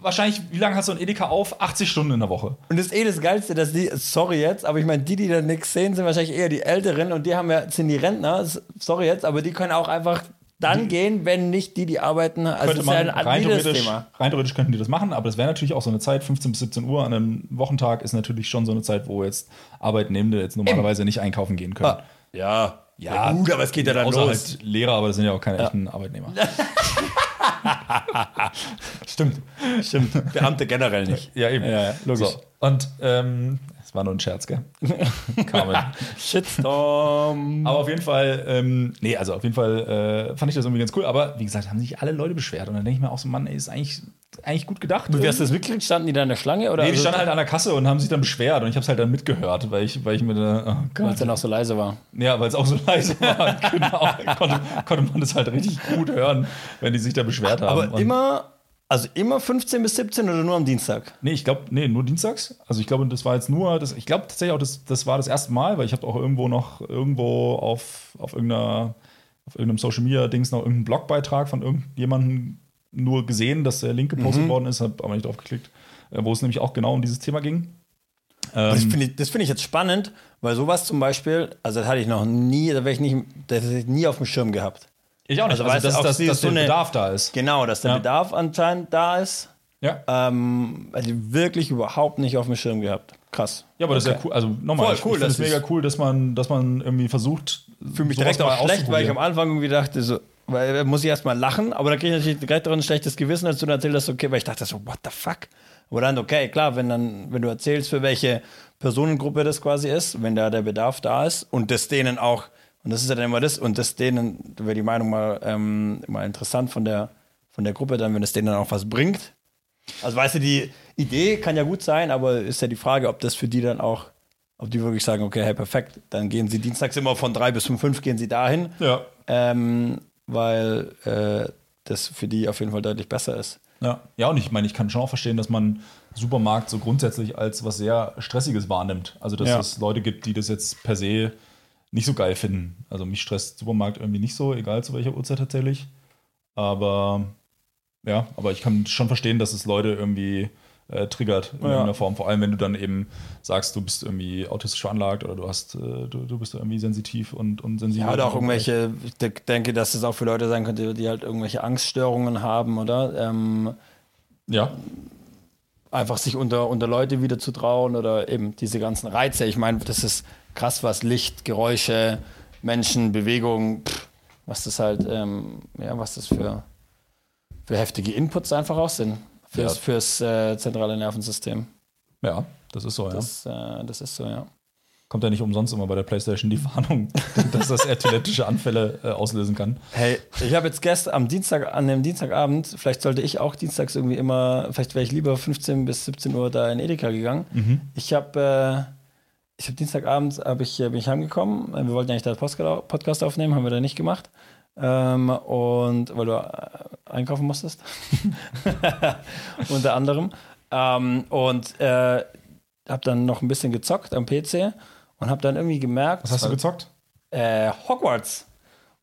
Speaker 2: wahrscheinlich, wie lange hast du ein Edeka auf? 80 Stunden in der Woche.
Speaker 1: Und das ist eh das Geilste, dass die, sorry jetzt, aber ich meine, die, die da nichts sehen, sind wahrscheinlich eher die Älteren und die haben ja, sind die Rentner, s- sorry jetzt, aber die können auch einfach dann gehen, wenn nicht die, die arbeiten. Also
Speaker 2: könnte
Speaker 1: das
Speaker 2: man
Speaker 1: ist ja ein
Speaker 2: rein,
Speaker 1: anderes
Speaker 2: theoretisch,
Speaker 1: Thema.
Speaker 2: rein theoretisch könnten die das machen, aber das wäre natürlich auch so eine Zeit, 15 bis 17 Uhr an einem Wochentag ist natürlich schon so eine Zeit, wo jetzt Arbeitnehmende jetzt normalerweise nicht einkaufen gehen können.
Speaker 1: Ah, Ja.
Speaker 2: Ja, außer Halt Lehrer, aber das sind ja auch keine echten Arbeitnehmer. Stimmt.
Speaker 1: Stimmt. Beamte generell nicht.
Speaker 2: Ja, eben.
Speaker 1: Ja, ja, logisch.
Speaker 2: So. Und ähm, es war nur ein Scherz, gell? Carmen.
Speaker 1: Shitstorm.
Speaker 2: Aber auf jeden Fall, ähm, nee, also auf jeden Fall äh, fand ich das irgendwie ganz cool. Aber wie gesagt, haben sich alle Leute beschwert. Und dann denke ich mir auch so, Mann, ey, ist eigentlich, eigentlich gut gedacht.
Speaker 1: Du wärst das Mitglied, standen die da in der Schlange? Oder
Speaker 2: Nee, die
Speaker 1: also-
Speaker 2: standen halt an der Kasse und haben sich dann beschwert und ich habe es halt dann mitgehört, weil ich, weil ich mir da, oh
Speaker 1: weil es
Speaker 2: Gott.
Speaker 1: dann auch so leise war.
Speaker 2: Ja, weil es auch so leise war, genau, konnte, konnte man das halt richtig gut hören, wenn die sich da beschwert haben.
Speaker 1: Aber
Speaker 2: Und-
Speaker 1: immer, also immer 15 bis 17 oder nur am Dienstag?
Speaker 2: Nee, ich glaube, nee, nur dienstags. Also ich glaube, das war jetzt nur, das, ich glaube tatsächlich auch, das, das war das erste Mal, weil ich habe auch irgendwo noch irgendwo auf, auf irgendeiner, auf irgendeinem Social Media Dings noch irgendeinen Blogbeitrag von irgendjemandem nur gesehen, dass der Link
Speaker 1: Mhm.
Speaker 2: gepostet worden ist, habe aber nicht drauf geklickt, äh, wo es nämlich auch genau um dieses Thema ging.
Speaker 1: Also Das
Speaker 2: Ähm.
Speaker 1: finde ich, das find ich jetzt spannend, weil sowas zum Beispiel, also das hatte ich noch nie, da wäre ich nicht, das hätte ich nie auf dem Schirm gehabt.
Speaker 2: Ich auch nicht.
Speaker 1: Also,
Speaker 2: Also,
Speaker 1: weißt du,
Speaker 2: dass,
Speaker 1: auch
Speaker 2: dass,
Speaker 1: sie
Speaker 2: dass
Speaker 1: ist so
Speaker 2: der
Speaker 1: eine-
Speaker 2: Bedarf da ist.
Speaker 1: Genau, dass der
Speaker 2: Ja.
Speaker 1: Bedarf anscheinend da ist,
Speaker 2: Ja,
Speaker 1: ähm, also wirklich überhaupt nicht auf dem Schirm gehabt. Krass.
Speaker 2: ja aber das ist ja cool. Also nochmal,
Speaker 1: Voll
Speaker 2: ich,
Speaker 1: cool,
Speaker 2: ich das ist
Speaker 1: das ist-
Speaker 2: mega cool, dass man, dass man irgendwie versucht,
Speaker 1: Fühle mich direkt auch schlecht, weil ich am Anfang irgendwie dachte, so, weil da muss ich erstmal lachen, aber dann kriege ich natürlich direkt daran ein schlechtes Gewissen, als du dann erzählt hast, okay, weil ich dachte so, what the fuck? Aber dann, okay, klar, wenn dann, wenn du erzählst, für welche Personengruppe das quasi ist, wenn da der Bedarf da ist und das denen auch, und das ist ja dann immer das, und das denen, da wäre die Meinung mal, ähm, mal interessant von der, von der Gruppe, dann, wenn es denen dann auch was bringt. Also weißt du, die Idee kann ja gut sein, aber ist ja die Frage, ob das für die dann auch, ob die wirklich sagen, okay, hey, perfekt, dann gehen sie dienstags immer von drei bis um fünf gehen sie dahin,
Speaker 2: Ja,
Speaker 1: ähm, weil äh, das für die auf jeden Fall deutlich besser ist.
Speaker 2: ja. ja, und ich meine, ich kann schon auch verstehen, dass man Supermarkt so grundsätzlich als was sehr Stressiges wahrnimmt. Also, dass
Speaker 1: Ja.
Speaker 2: es Leute gibt, die das jetzt per se nicht so geil finden. Also mich stresst Supermarkt irgendwie nicht so, egal zu welcher Uhrzeit tatsächlich. Aber ja, aber ich kann schon verstehen, dass es Leute irgendwie äh, triggert in irgendeiner Form. Vor allem, wenn du dann eben sagst, du bist irgendwie autistisch veranlagt oder du hast, äh, du, du bist irgendwie sensitiv und, und sensibel.
Speaker 1: Ja, oder auch irgendwelche, ich denke, dass es auch für Leute sein könnte, die halt irgendwelche Angststörungen haben, oder? Ähm,
Speaker 2: Ja,
Speaker 1: einfach sich unter, unter Leute wieder zu trauen oder eben diese ganzen Reize. Ich meine, das ist krass, was Licht, Geräusche, Menschen, Bewegung, pff, was das halt, ähm, ja, was das für, für heftige Inputs einfach auch sind. Fürs,
Speaker 2: Ja.
Speaker 1: fürs äh, zentrale Nervensystem.
Speaker 2: ja, das ist so, ja.
Speaker 1: Das, äh, das ist so, ja.
Speaker 2: Kommt ja nicht umsonst immer bei der PlayStation die Warnung, dass das epileptische Anfälle äh, auslösen kann.
Speaker 1: Hey, ich habe jetzt gestern am Dienstag, an dem Dienstagabend, vielleicht sollte ich auch dienstags irgendwie immer, vielleicht wäre ich lieber 15 bis 17 Uhr da in Edeka gegangen.
Speaker 2: Mhm.
Speaker 1: Ich habe, äh, ich habe Dienstagabend, hab ich, äh, bin ich heimgekommen. Äh, Wir wollten eigentlich da Postca- Podcast aufnehmen, haben wir da nicht gemacht. Ähm, und weil du äh, einkaufen musstest. Unter anderem. Ähm, und äh, habe dann noch ein bisschen gezockt am PC und habe dann irgendwie gemerkt,
Speaker 2: Was hast du gezockt?
Speaker 1: äh, Hogwarts.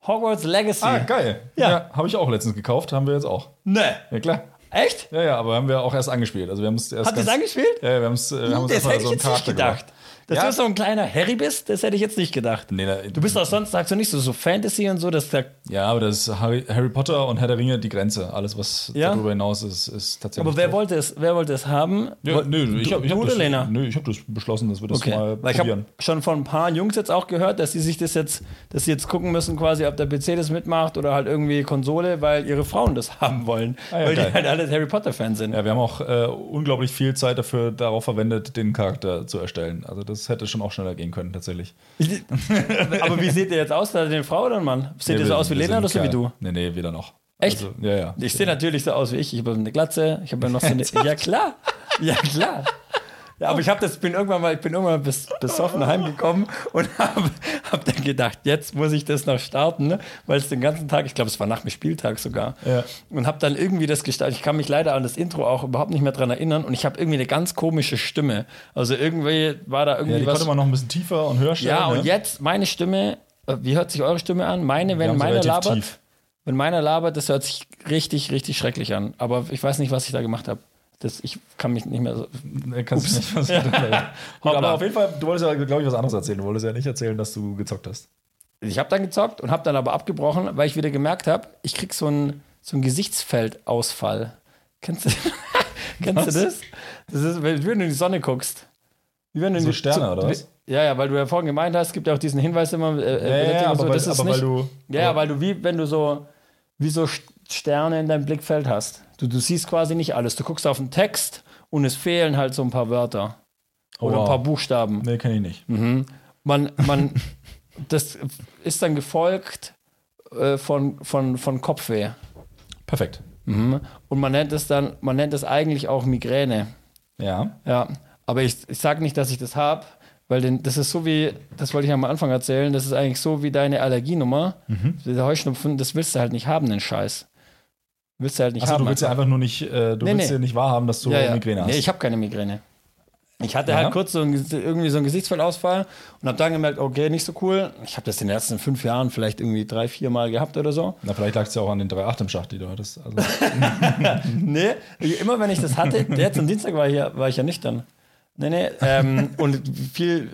Speaker 1: Hogwarts Legacy.
Speaker 2: Ah, geil.
Speaker 1: Ja.
Speaker 2: habe ich auch letztens gekauft, haben wir jetzt auch.
Speaker 1: Ne.
Speaker 2: Ja, klar.
Speaker 1: Echt?
Speaker 2: Ja, ja, aber haben wir auch erst angespielt. Also wir haben es erst.
Speaker 1: Habt ihr es
Speaker 2: ganz-
Speaker 1: angespielt? Hm,
Speaker 2: Ja, ja, wir haben es äh, wir haben uns
Speaker 1: Uh, das
Speaker 2: erstmal
Speaker 1: hätte ich
Speaker 2: so einen
Speaker 1: jetzt nicht
Speaker 2: Charakter
Speaker 1: gedacht.
Speaker 2: gedacht.
Speaker 1: Dass
Speaker 2: Ja.
Speaker 1: du so ein kleiner Harry bist, das hätte ich jetzt nicht gedacht.
Speaker 2: Nee, da-
Speaker 1: Du bist auch sonst, sagst du nicht, so, so Fantasy und so, dass der.
Speaker 2: Ja, aber das ist Harry, Harry Potter und Herr der Ringe die Grenze. Alles, was
Speaker 1: Ja.
Speaker 2: darüber hinaus ist, ist tatsächlich.
Speaker 1: Aber wer
Speaker 2: doof.
Speaker 1: wollte es, wer wollte es haben?
Speaker 2: Ja,
Speaker 1: Woll-
Speaker 2: nö, ich
Speaker 1: du-
Speaker 2: habe ich
Speaker 1: du
Speaker 2: hab
Speaker 1: oder
Speaker 2: das,
Speaker 1: Lena?
Speaker 2: nö, ich hab das beschlossen, dass wir das
Speaker 1: Okay.
Speaker 2: mal
Speaker 1: Weil ich habe
Speaker 2: probieren.
Speaker 1: schon von ein paar Jungs jetzt auch gehört, dass sie sich das jetzt, dass sie jetzt gucken müssen, quasi, ob der PC das mitmacht oder halt irgendwie Konsole, weil ihre Frauen das haben wollen.
Speaker 2: Ah ja,
Speaker 1: weil
Speaker 2: geil.
Speaker 1: die halt alle Harry Potter-Fans sind.
Speaker 2: Ja, wir haben auch äh, unglaublich viel Zeit dafür darauf verwendet, den Charakter zu erstellen. Also das hätte schon auch schneller gehen können, tatsächlich.
Speaker 1: Aber wie seht ihr jetzt aus? Seid ihr eine Frau oder ein Mann? Seht
Speaker 2: Nee,
Speaker 1: ihr so
Speaker 2: wir-
Speaker 1: aus wie
Speaker 2: wir
Speaker 1: Lena
Speaker 2: sind
Speaker 1: oder so wie
Speaker 2: Kerl.
Speaker 1: du?
Speaker 2: Nee, nee, weder noch.
Speaker 1: Echt?
Speaker 2: Also, ja, ja.
Speaker 1: Ich sehe natürlich so aus wie ich. Ich habe eine Glatze, ich habe noch so eine. Ja klar, ja klar. Ja, aber ich habe das, bin irgendwann mal, ich bin irgendwann mal bis, besoffen heimgekommen und habe hab dann gedacht, jetzt muss ich das noch starten, ne? weil es den ganzen Tag, ich glaube, es war nach dem Spieltag sogar,
Speaker 2: Ja.
Speaker 1: und habe dann irgendwie das gestartet. Ich kann mich leider an das Intro auch überhaupt nicht mehr dran erinnern und ich habe irgendwie eine ganz komische Stimme. Also irgendwie war da
Speaker 2: Ja,
Speaker 1: irgendwie
Speaker 2: die
Speaker 1: was.
Speaker 2: konnte man noch ein bisschen tiefer und höher stellen.
Speaker 1: Ja, und
Speaker 2: ne?
Speaker 1: jetzt meine Stimme, äh, wie hört sich eure Stimme an? Meine,
Speaker 2: Wir
Speaker 1: wenn
Speaker 2: haben sie
Speaker 1: meine
Speaker 2: relativ
Speaker 1: labert,
Speaker 2: tief.
Speaker 1: wenn meiner labert, das hört sich richtig, richtig schrecklich an. Aber ich weiß nicht, was ich da gemacht habe. Das, ich kann mich nicht mehr so.
Speaker 2: Nee, Kannst du nicht was ja. Gut,
Speaker 1: Hoppla.
Speaker 2: aber auf jeden Fall, du wolltest ja, glaube ich, was anderes erzählen. Du wolltest ja nicht erzählen, dass du gezockt hast.
Speaker 1: Ich habe dann gezockt und habe dann aber abgebrochen, weil ich wieder gemerkt habe, ich krieg so einen so einen Gesichtsfeldausfall. Kennst du, kennst du das? Das ist, wenn wenn du in die Sonne guckst. Wie wenn du in
Speaker 2: So
Speaker 1: die-
Speaker 2: Sterne
Speaker 1: zu-
Speaker 2: oder was?
Speaker 1: Ja, ja, weil du ja vorhin gemeint hast, gibt ja auch diesen Hinweis immer. Äh, äh, Blätter und so,
Speaker 2: weil-
Speaker 1: das ist
Speaker 2: aber
Speaker 1: nicht,
Speaker 2: weil du.
Speaker 1: Ja, ja, weil du wie, wenn du so, wie so St- Sterne in deinem Blickfeld hast. Du, du siehst quasi nicht alles. Du guckst auf den Text und es fehlen halt so ein paar Wörter
Speaker 2: Oh,
Speaker 1: oder ein paar Hm.
Speaker 2: wow.
Speaker 1: Buchstaben.
Speaker 2: Nee, kann ich nicht.
Speaker 1: Man, man, das ist dann gefolgt äh, von, von, von Kopfweh.
Speaker 2: Perfekt.
Speaker 1: Mhm. Und man nennt es dann, man nennt es eigentlich auch Migräne.
Speaker 2: Ja.
Speaker 1: Ja, aber ich, ich sage nicht, dass ich das habe, weil den, das ist so wie, das wollte ich am Anfang erzählen, das ist eigentlich so wie deine Allergienummer,
Speaker 2: Mhm.
Speaker 1: der Heuschnupfen, das willst du halt nicht haben, den Scheiß. Willst du halt nicht
Speaker 2: Achso,
Speaker 1: haben.
Speaker 2: Also du willst ja einfach nur nicht, äh, du
Speaker 1: Nee,
Speaker 2: willst
Speaker 1: nee.
Speaker 2: ja nicht wahrhaben, dass du
Speaker 1: ja, ja.
Speaker 2: Migräne hast.
Speaker 1: Nee, ich habe keine Migräne. Ich hatte
Speaker 2: Ja.
Speaker 1: halt kurz so ein, Ges- irgendwie so einen Gesichtsfeldausfall und habe dann gemerkt, okay, nicht so cool. Ich habe das in den letzten fünf Jahren vielleicht irgendwie drei, vier Mal gehabt oder so.
Speaker 2: Na, vielleicht lag es ja auch an den 3,8 im Schacht, die du hattest. Also,
Speaker 1: Nee, immer wenn ich das hatte, jetzt am Dienstag war ich ja, war ich ja nüchtern. Nee, nee. Ähm, und viel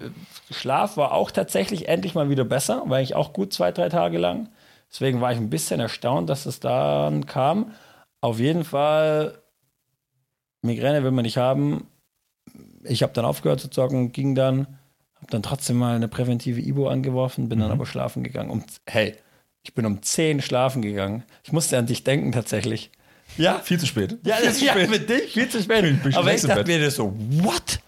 Speaker 1: Schlaf war auch tatsächlich endlich mal wieder besser, war ich auch gut zwei, drei Tage lang. Deswegen war ich ein bisschen erstaunt, dass es dann kam. Auf jeden Fall, Migräne will man nicht haben. Ich habe dann aufgehört zu zocken, ging dann, habe dann trotzdem mal eine präventive Ibo angeworfen, bin dann aber schlafen gegangen. Um, hey, ich bin um 10 schlafen gegangen. Ich musste an dich denken tatsächlich. Ja,
Speaker 2: viel zu spät.
Speaker 1: ja, das ist ja mit dich viel zu spät.
Speaker 2: Bin- bin schon
Speaker 1: Aber ich
Speaker 2: längst im
Speaker 1: dachte
Speaker 2: Bett.
Speaker 1: mir das so, what?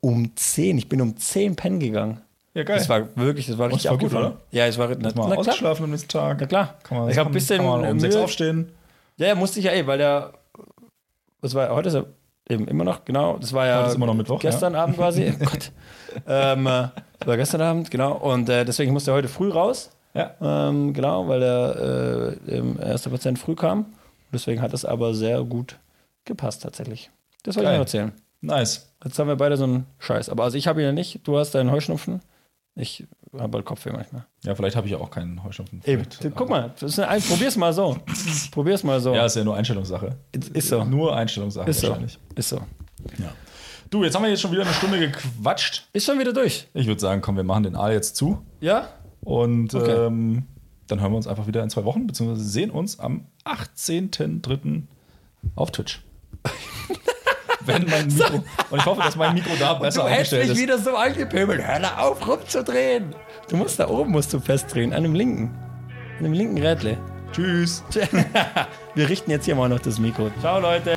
Speaker 1: Um 10, ich bin um 10 pennen gegangen.
Speaker 2: Ja, geil.
Speaker 1: Das war wirklich, das war richtig
Speaker 2: war gut,
Speaker 1: abgefahren.
Speaker 2: oder?
Speaker 1: Ja, es war na,
Speaker 2: mal
Speaker 1: na klar.
Speaker 2: ausgeschlafen am nächsten Tag.
Speaker 1: Na klar.
Speaker 2: Kann man,
Speaker 1: ich habe
Speaker 2: kann-
Speaker 1: ein bisschen
Speaker 2: kann man um
Speaker 1: Mühe-
Speaker 2: sechs aufstehen.
Speaker 1: Ja, ja, musste ich ja eh, weil der was war ja heute ist ja eben immer noch genau, das war ja
Speaker 2: Heute ist immer noch Mittwoch,
Speaker 1: gestern Abend quasi. Oh Gott. ähm, äh, das war gestern Abend, genau und äh, deswegen musste er heute früh raus.
Speaker 2: Ja.
Speaker 1: Ähm, genau, weil der äh, ähm, erste Patient früh kam. Deswegen hat es aber sehr gut gepasst tatsächlich. Das wollte ich
Speaker 2: Geil.
Speaker 1: noch erzählen.
Speaker 2: Nice.
Speaker 1: Jetzt haben wir beide so einen Scheiß. Aber also ich habe ihn ja nicht. Du hast deinen Heuschnupfen. Ich habe halt Kopfweh manchmal.
Speaker 2: Ja, vielleicht habe ich ja auch keinen Heuschnupfen.
Speaker 1: Eben.
Speaker 2: Vielleicht.
Speaker 1: Guck mal, das ist eine, probier's mal so. probier's mal so.
Speaker 2: Ja, ist ja nur Einstellungssache.
Speaker 1: Ist so.
Speaker 2: Nur Einstellungssache
Speaker 1: Ist so.
Speaker 2: wahrscheinlich.
Speaker 1: Ist so.
Speaker 2: Ja. Du, jetzt haben wir jetzt schon wieder eine Stunde gequatscht.
Speaker 1: Ist schon wieder durch.
Speaker 2: Ich würde sagen, komm, wir machen den Aal jetzt zu.
Speaker 1: Ja?
Speaker 2: Und
Speaker 1: Okay.
Speaker 2: ähm, dann hören wir uns einfach wieder in zwei Wochen, beziehungsweise sehen uns am 18.03. auf Twitch. Wenn mein Mikro. Und ich hoffe, dass mein Mikro da besser
Speaker 1: Du hättest
Speaker 2: eingestellt
Speaker 1: mich
Speaker 2: ist.
Speaker 1: wieder so angepöbelt. Hör da auf, rumzudrehen. Du musst da oben musst du festdrehen, an dem linken. An dem linken Rädle.
Speaker 2: Tschüss.
Speaker 1: Wir richten jetzt hier mal noch das Mikro. Ciao, Leute.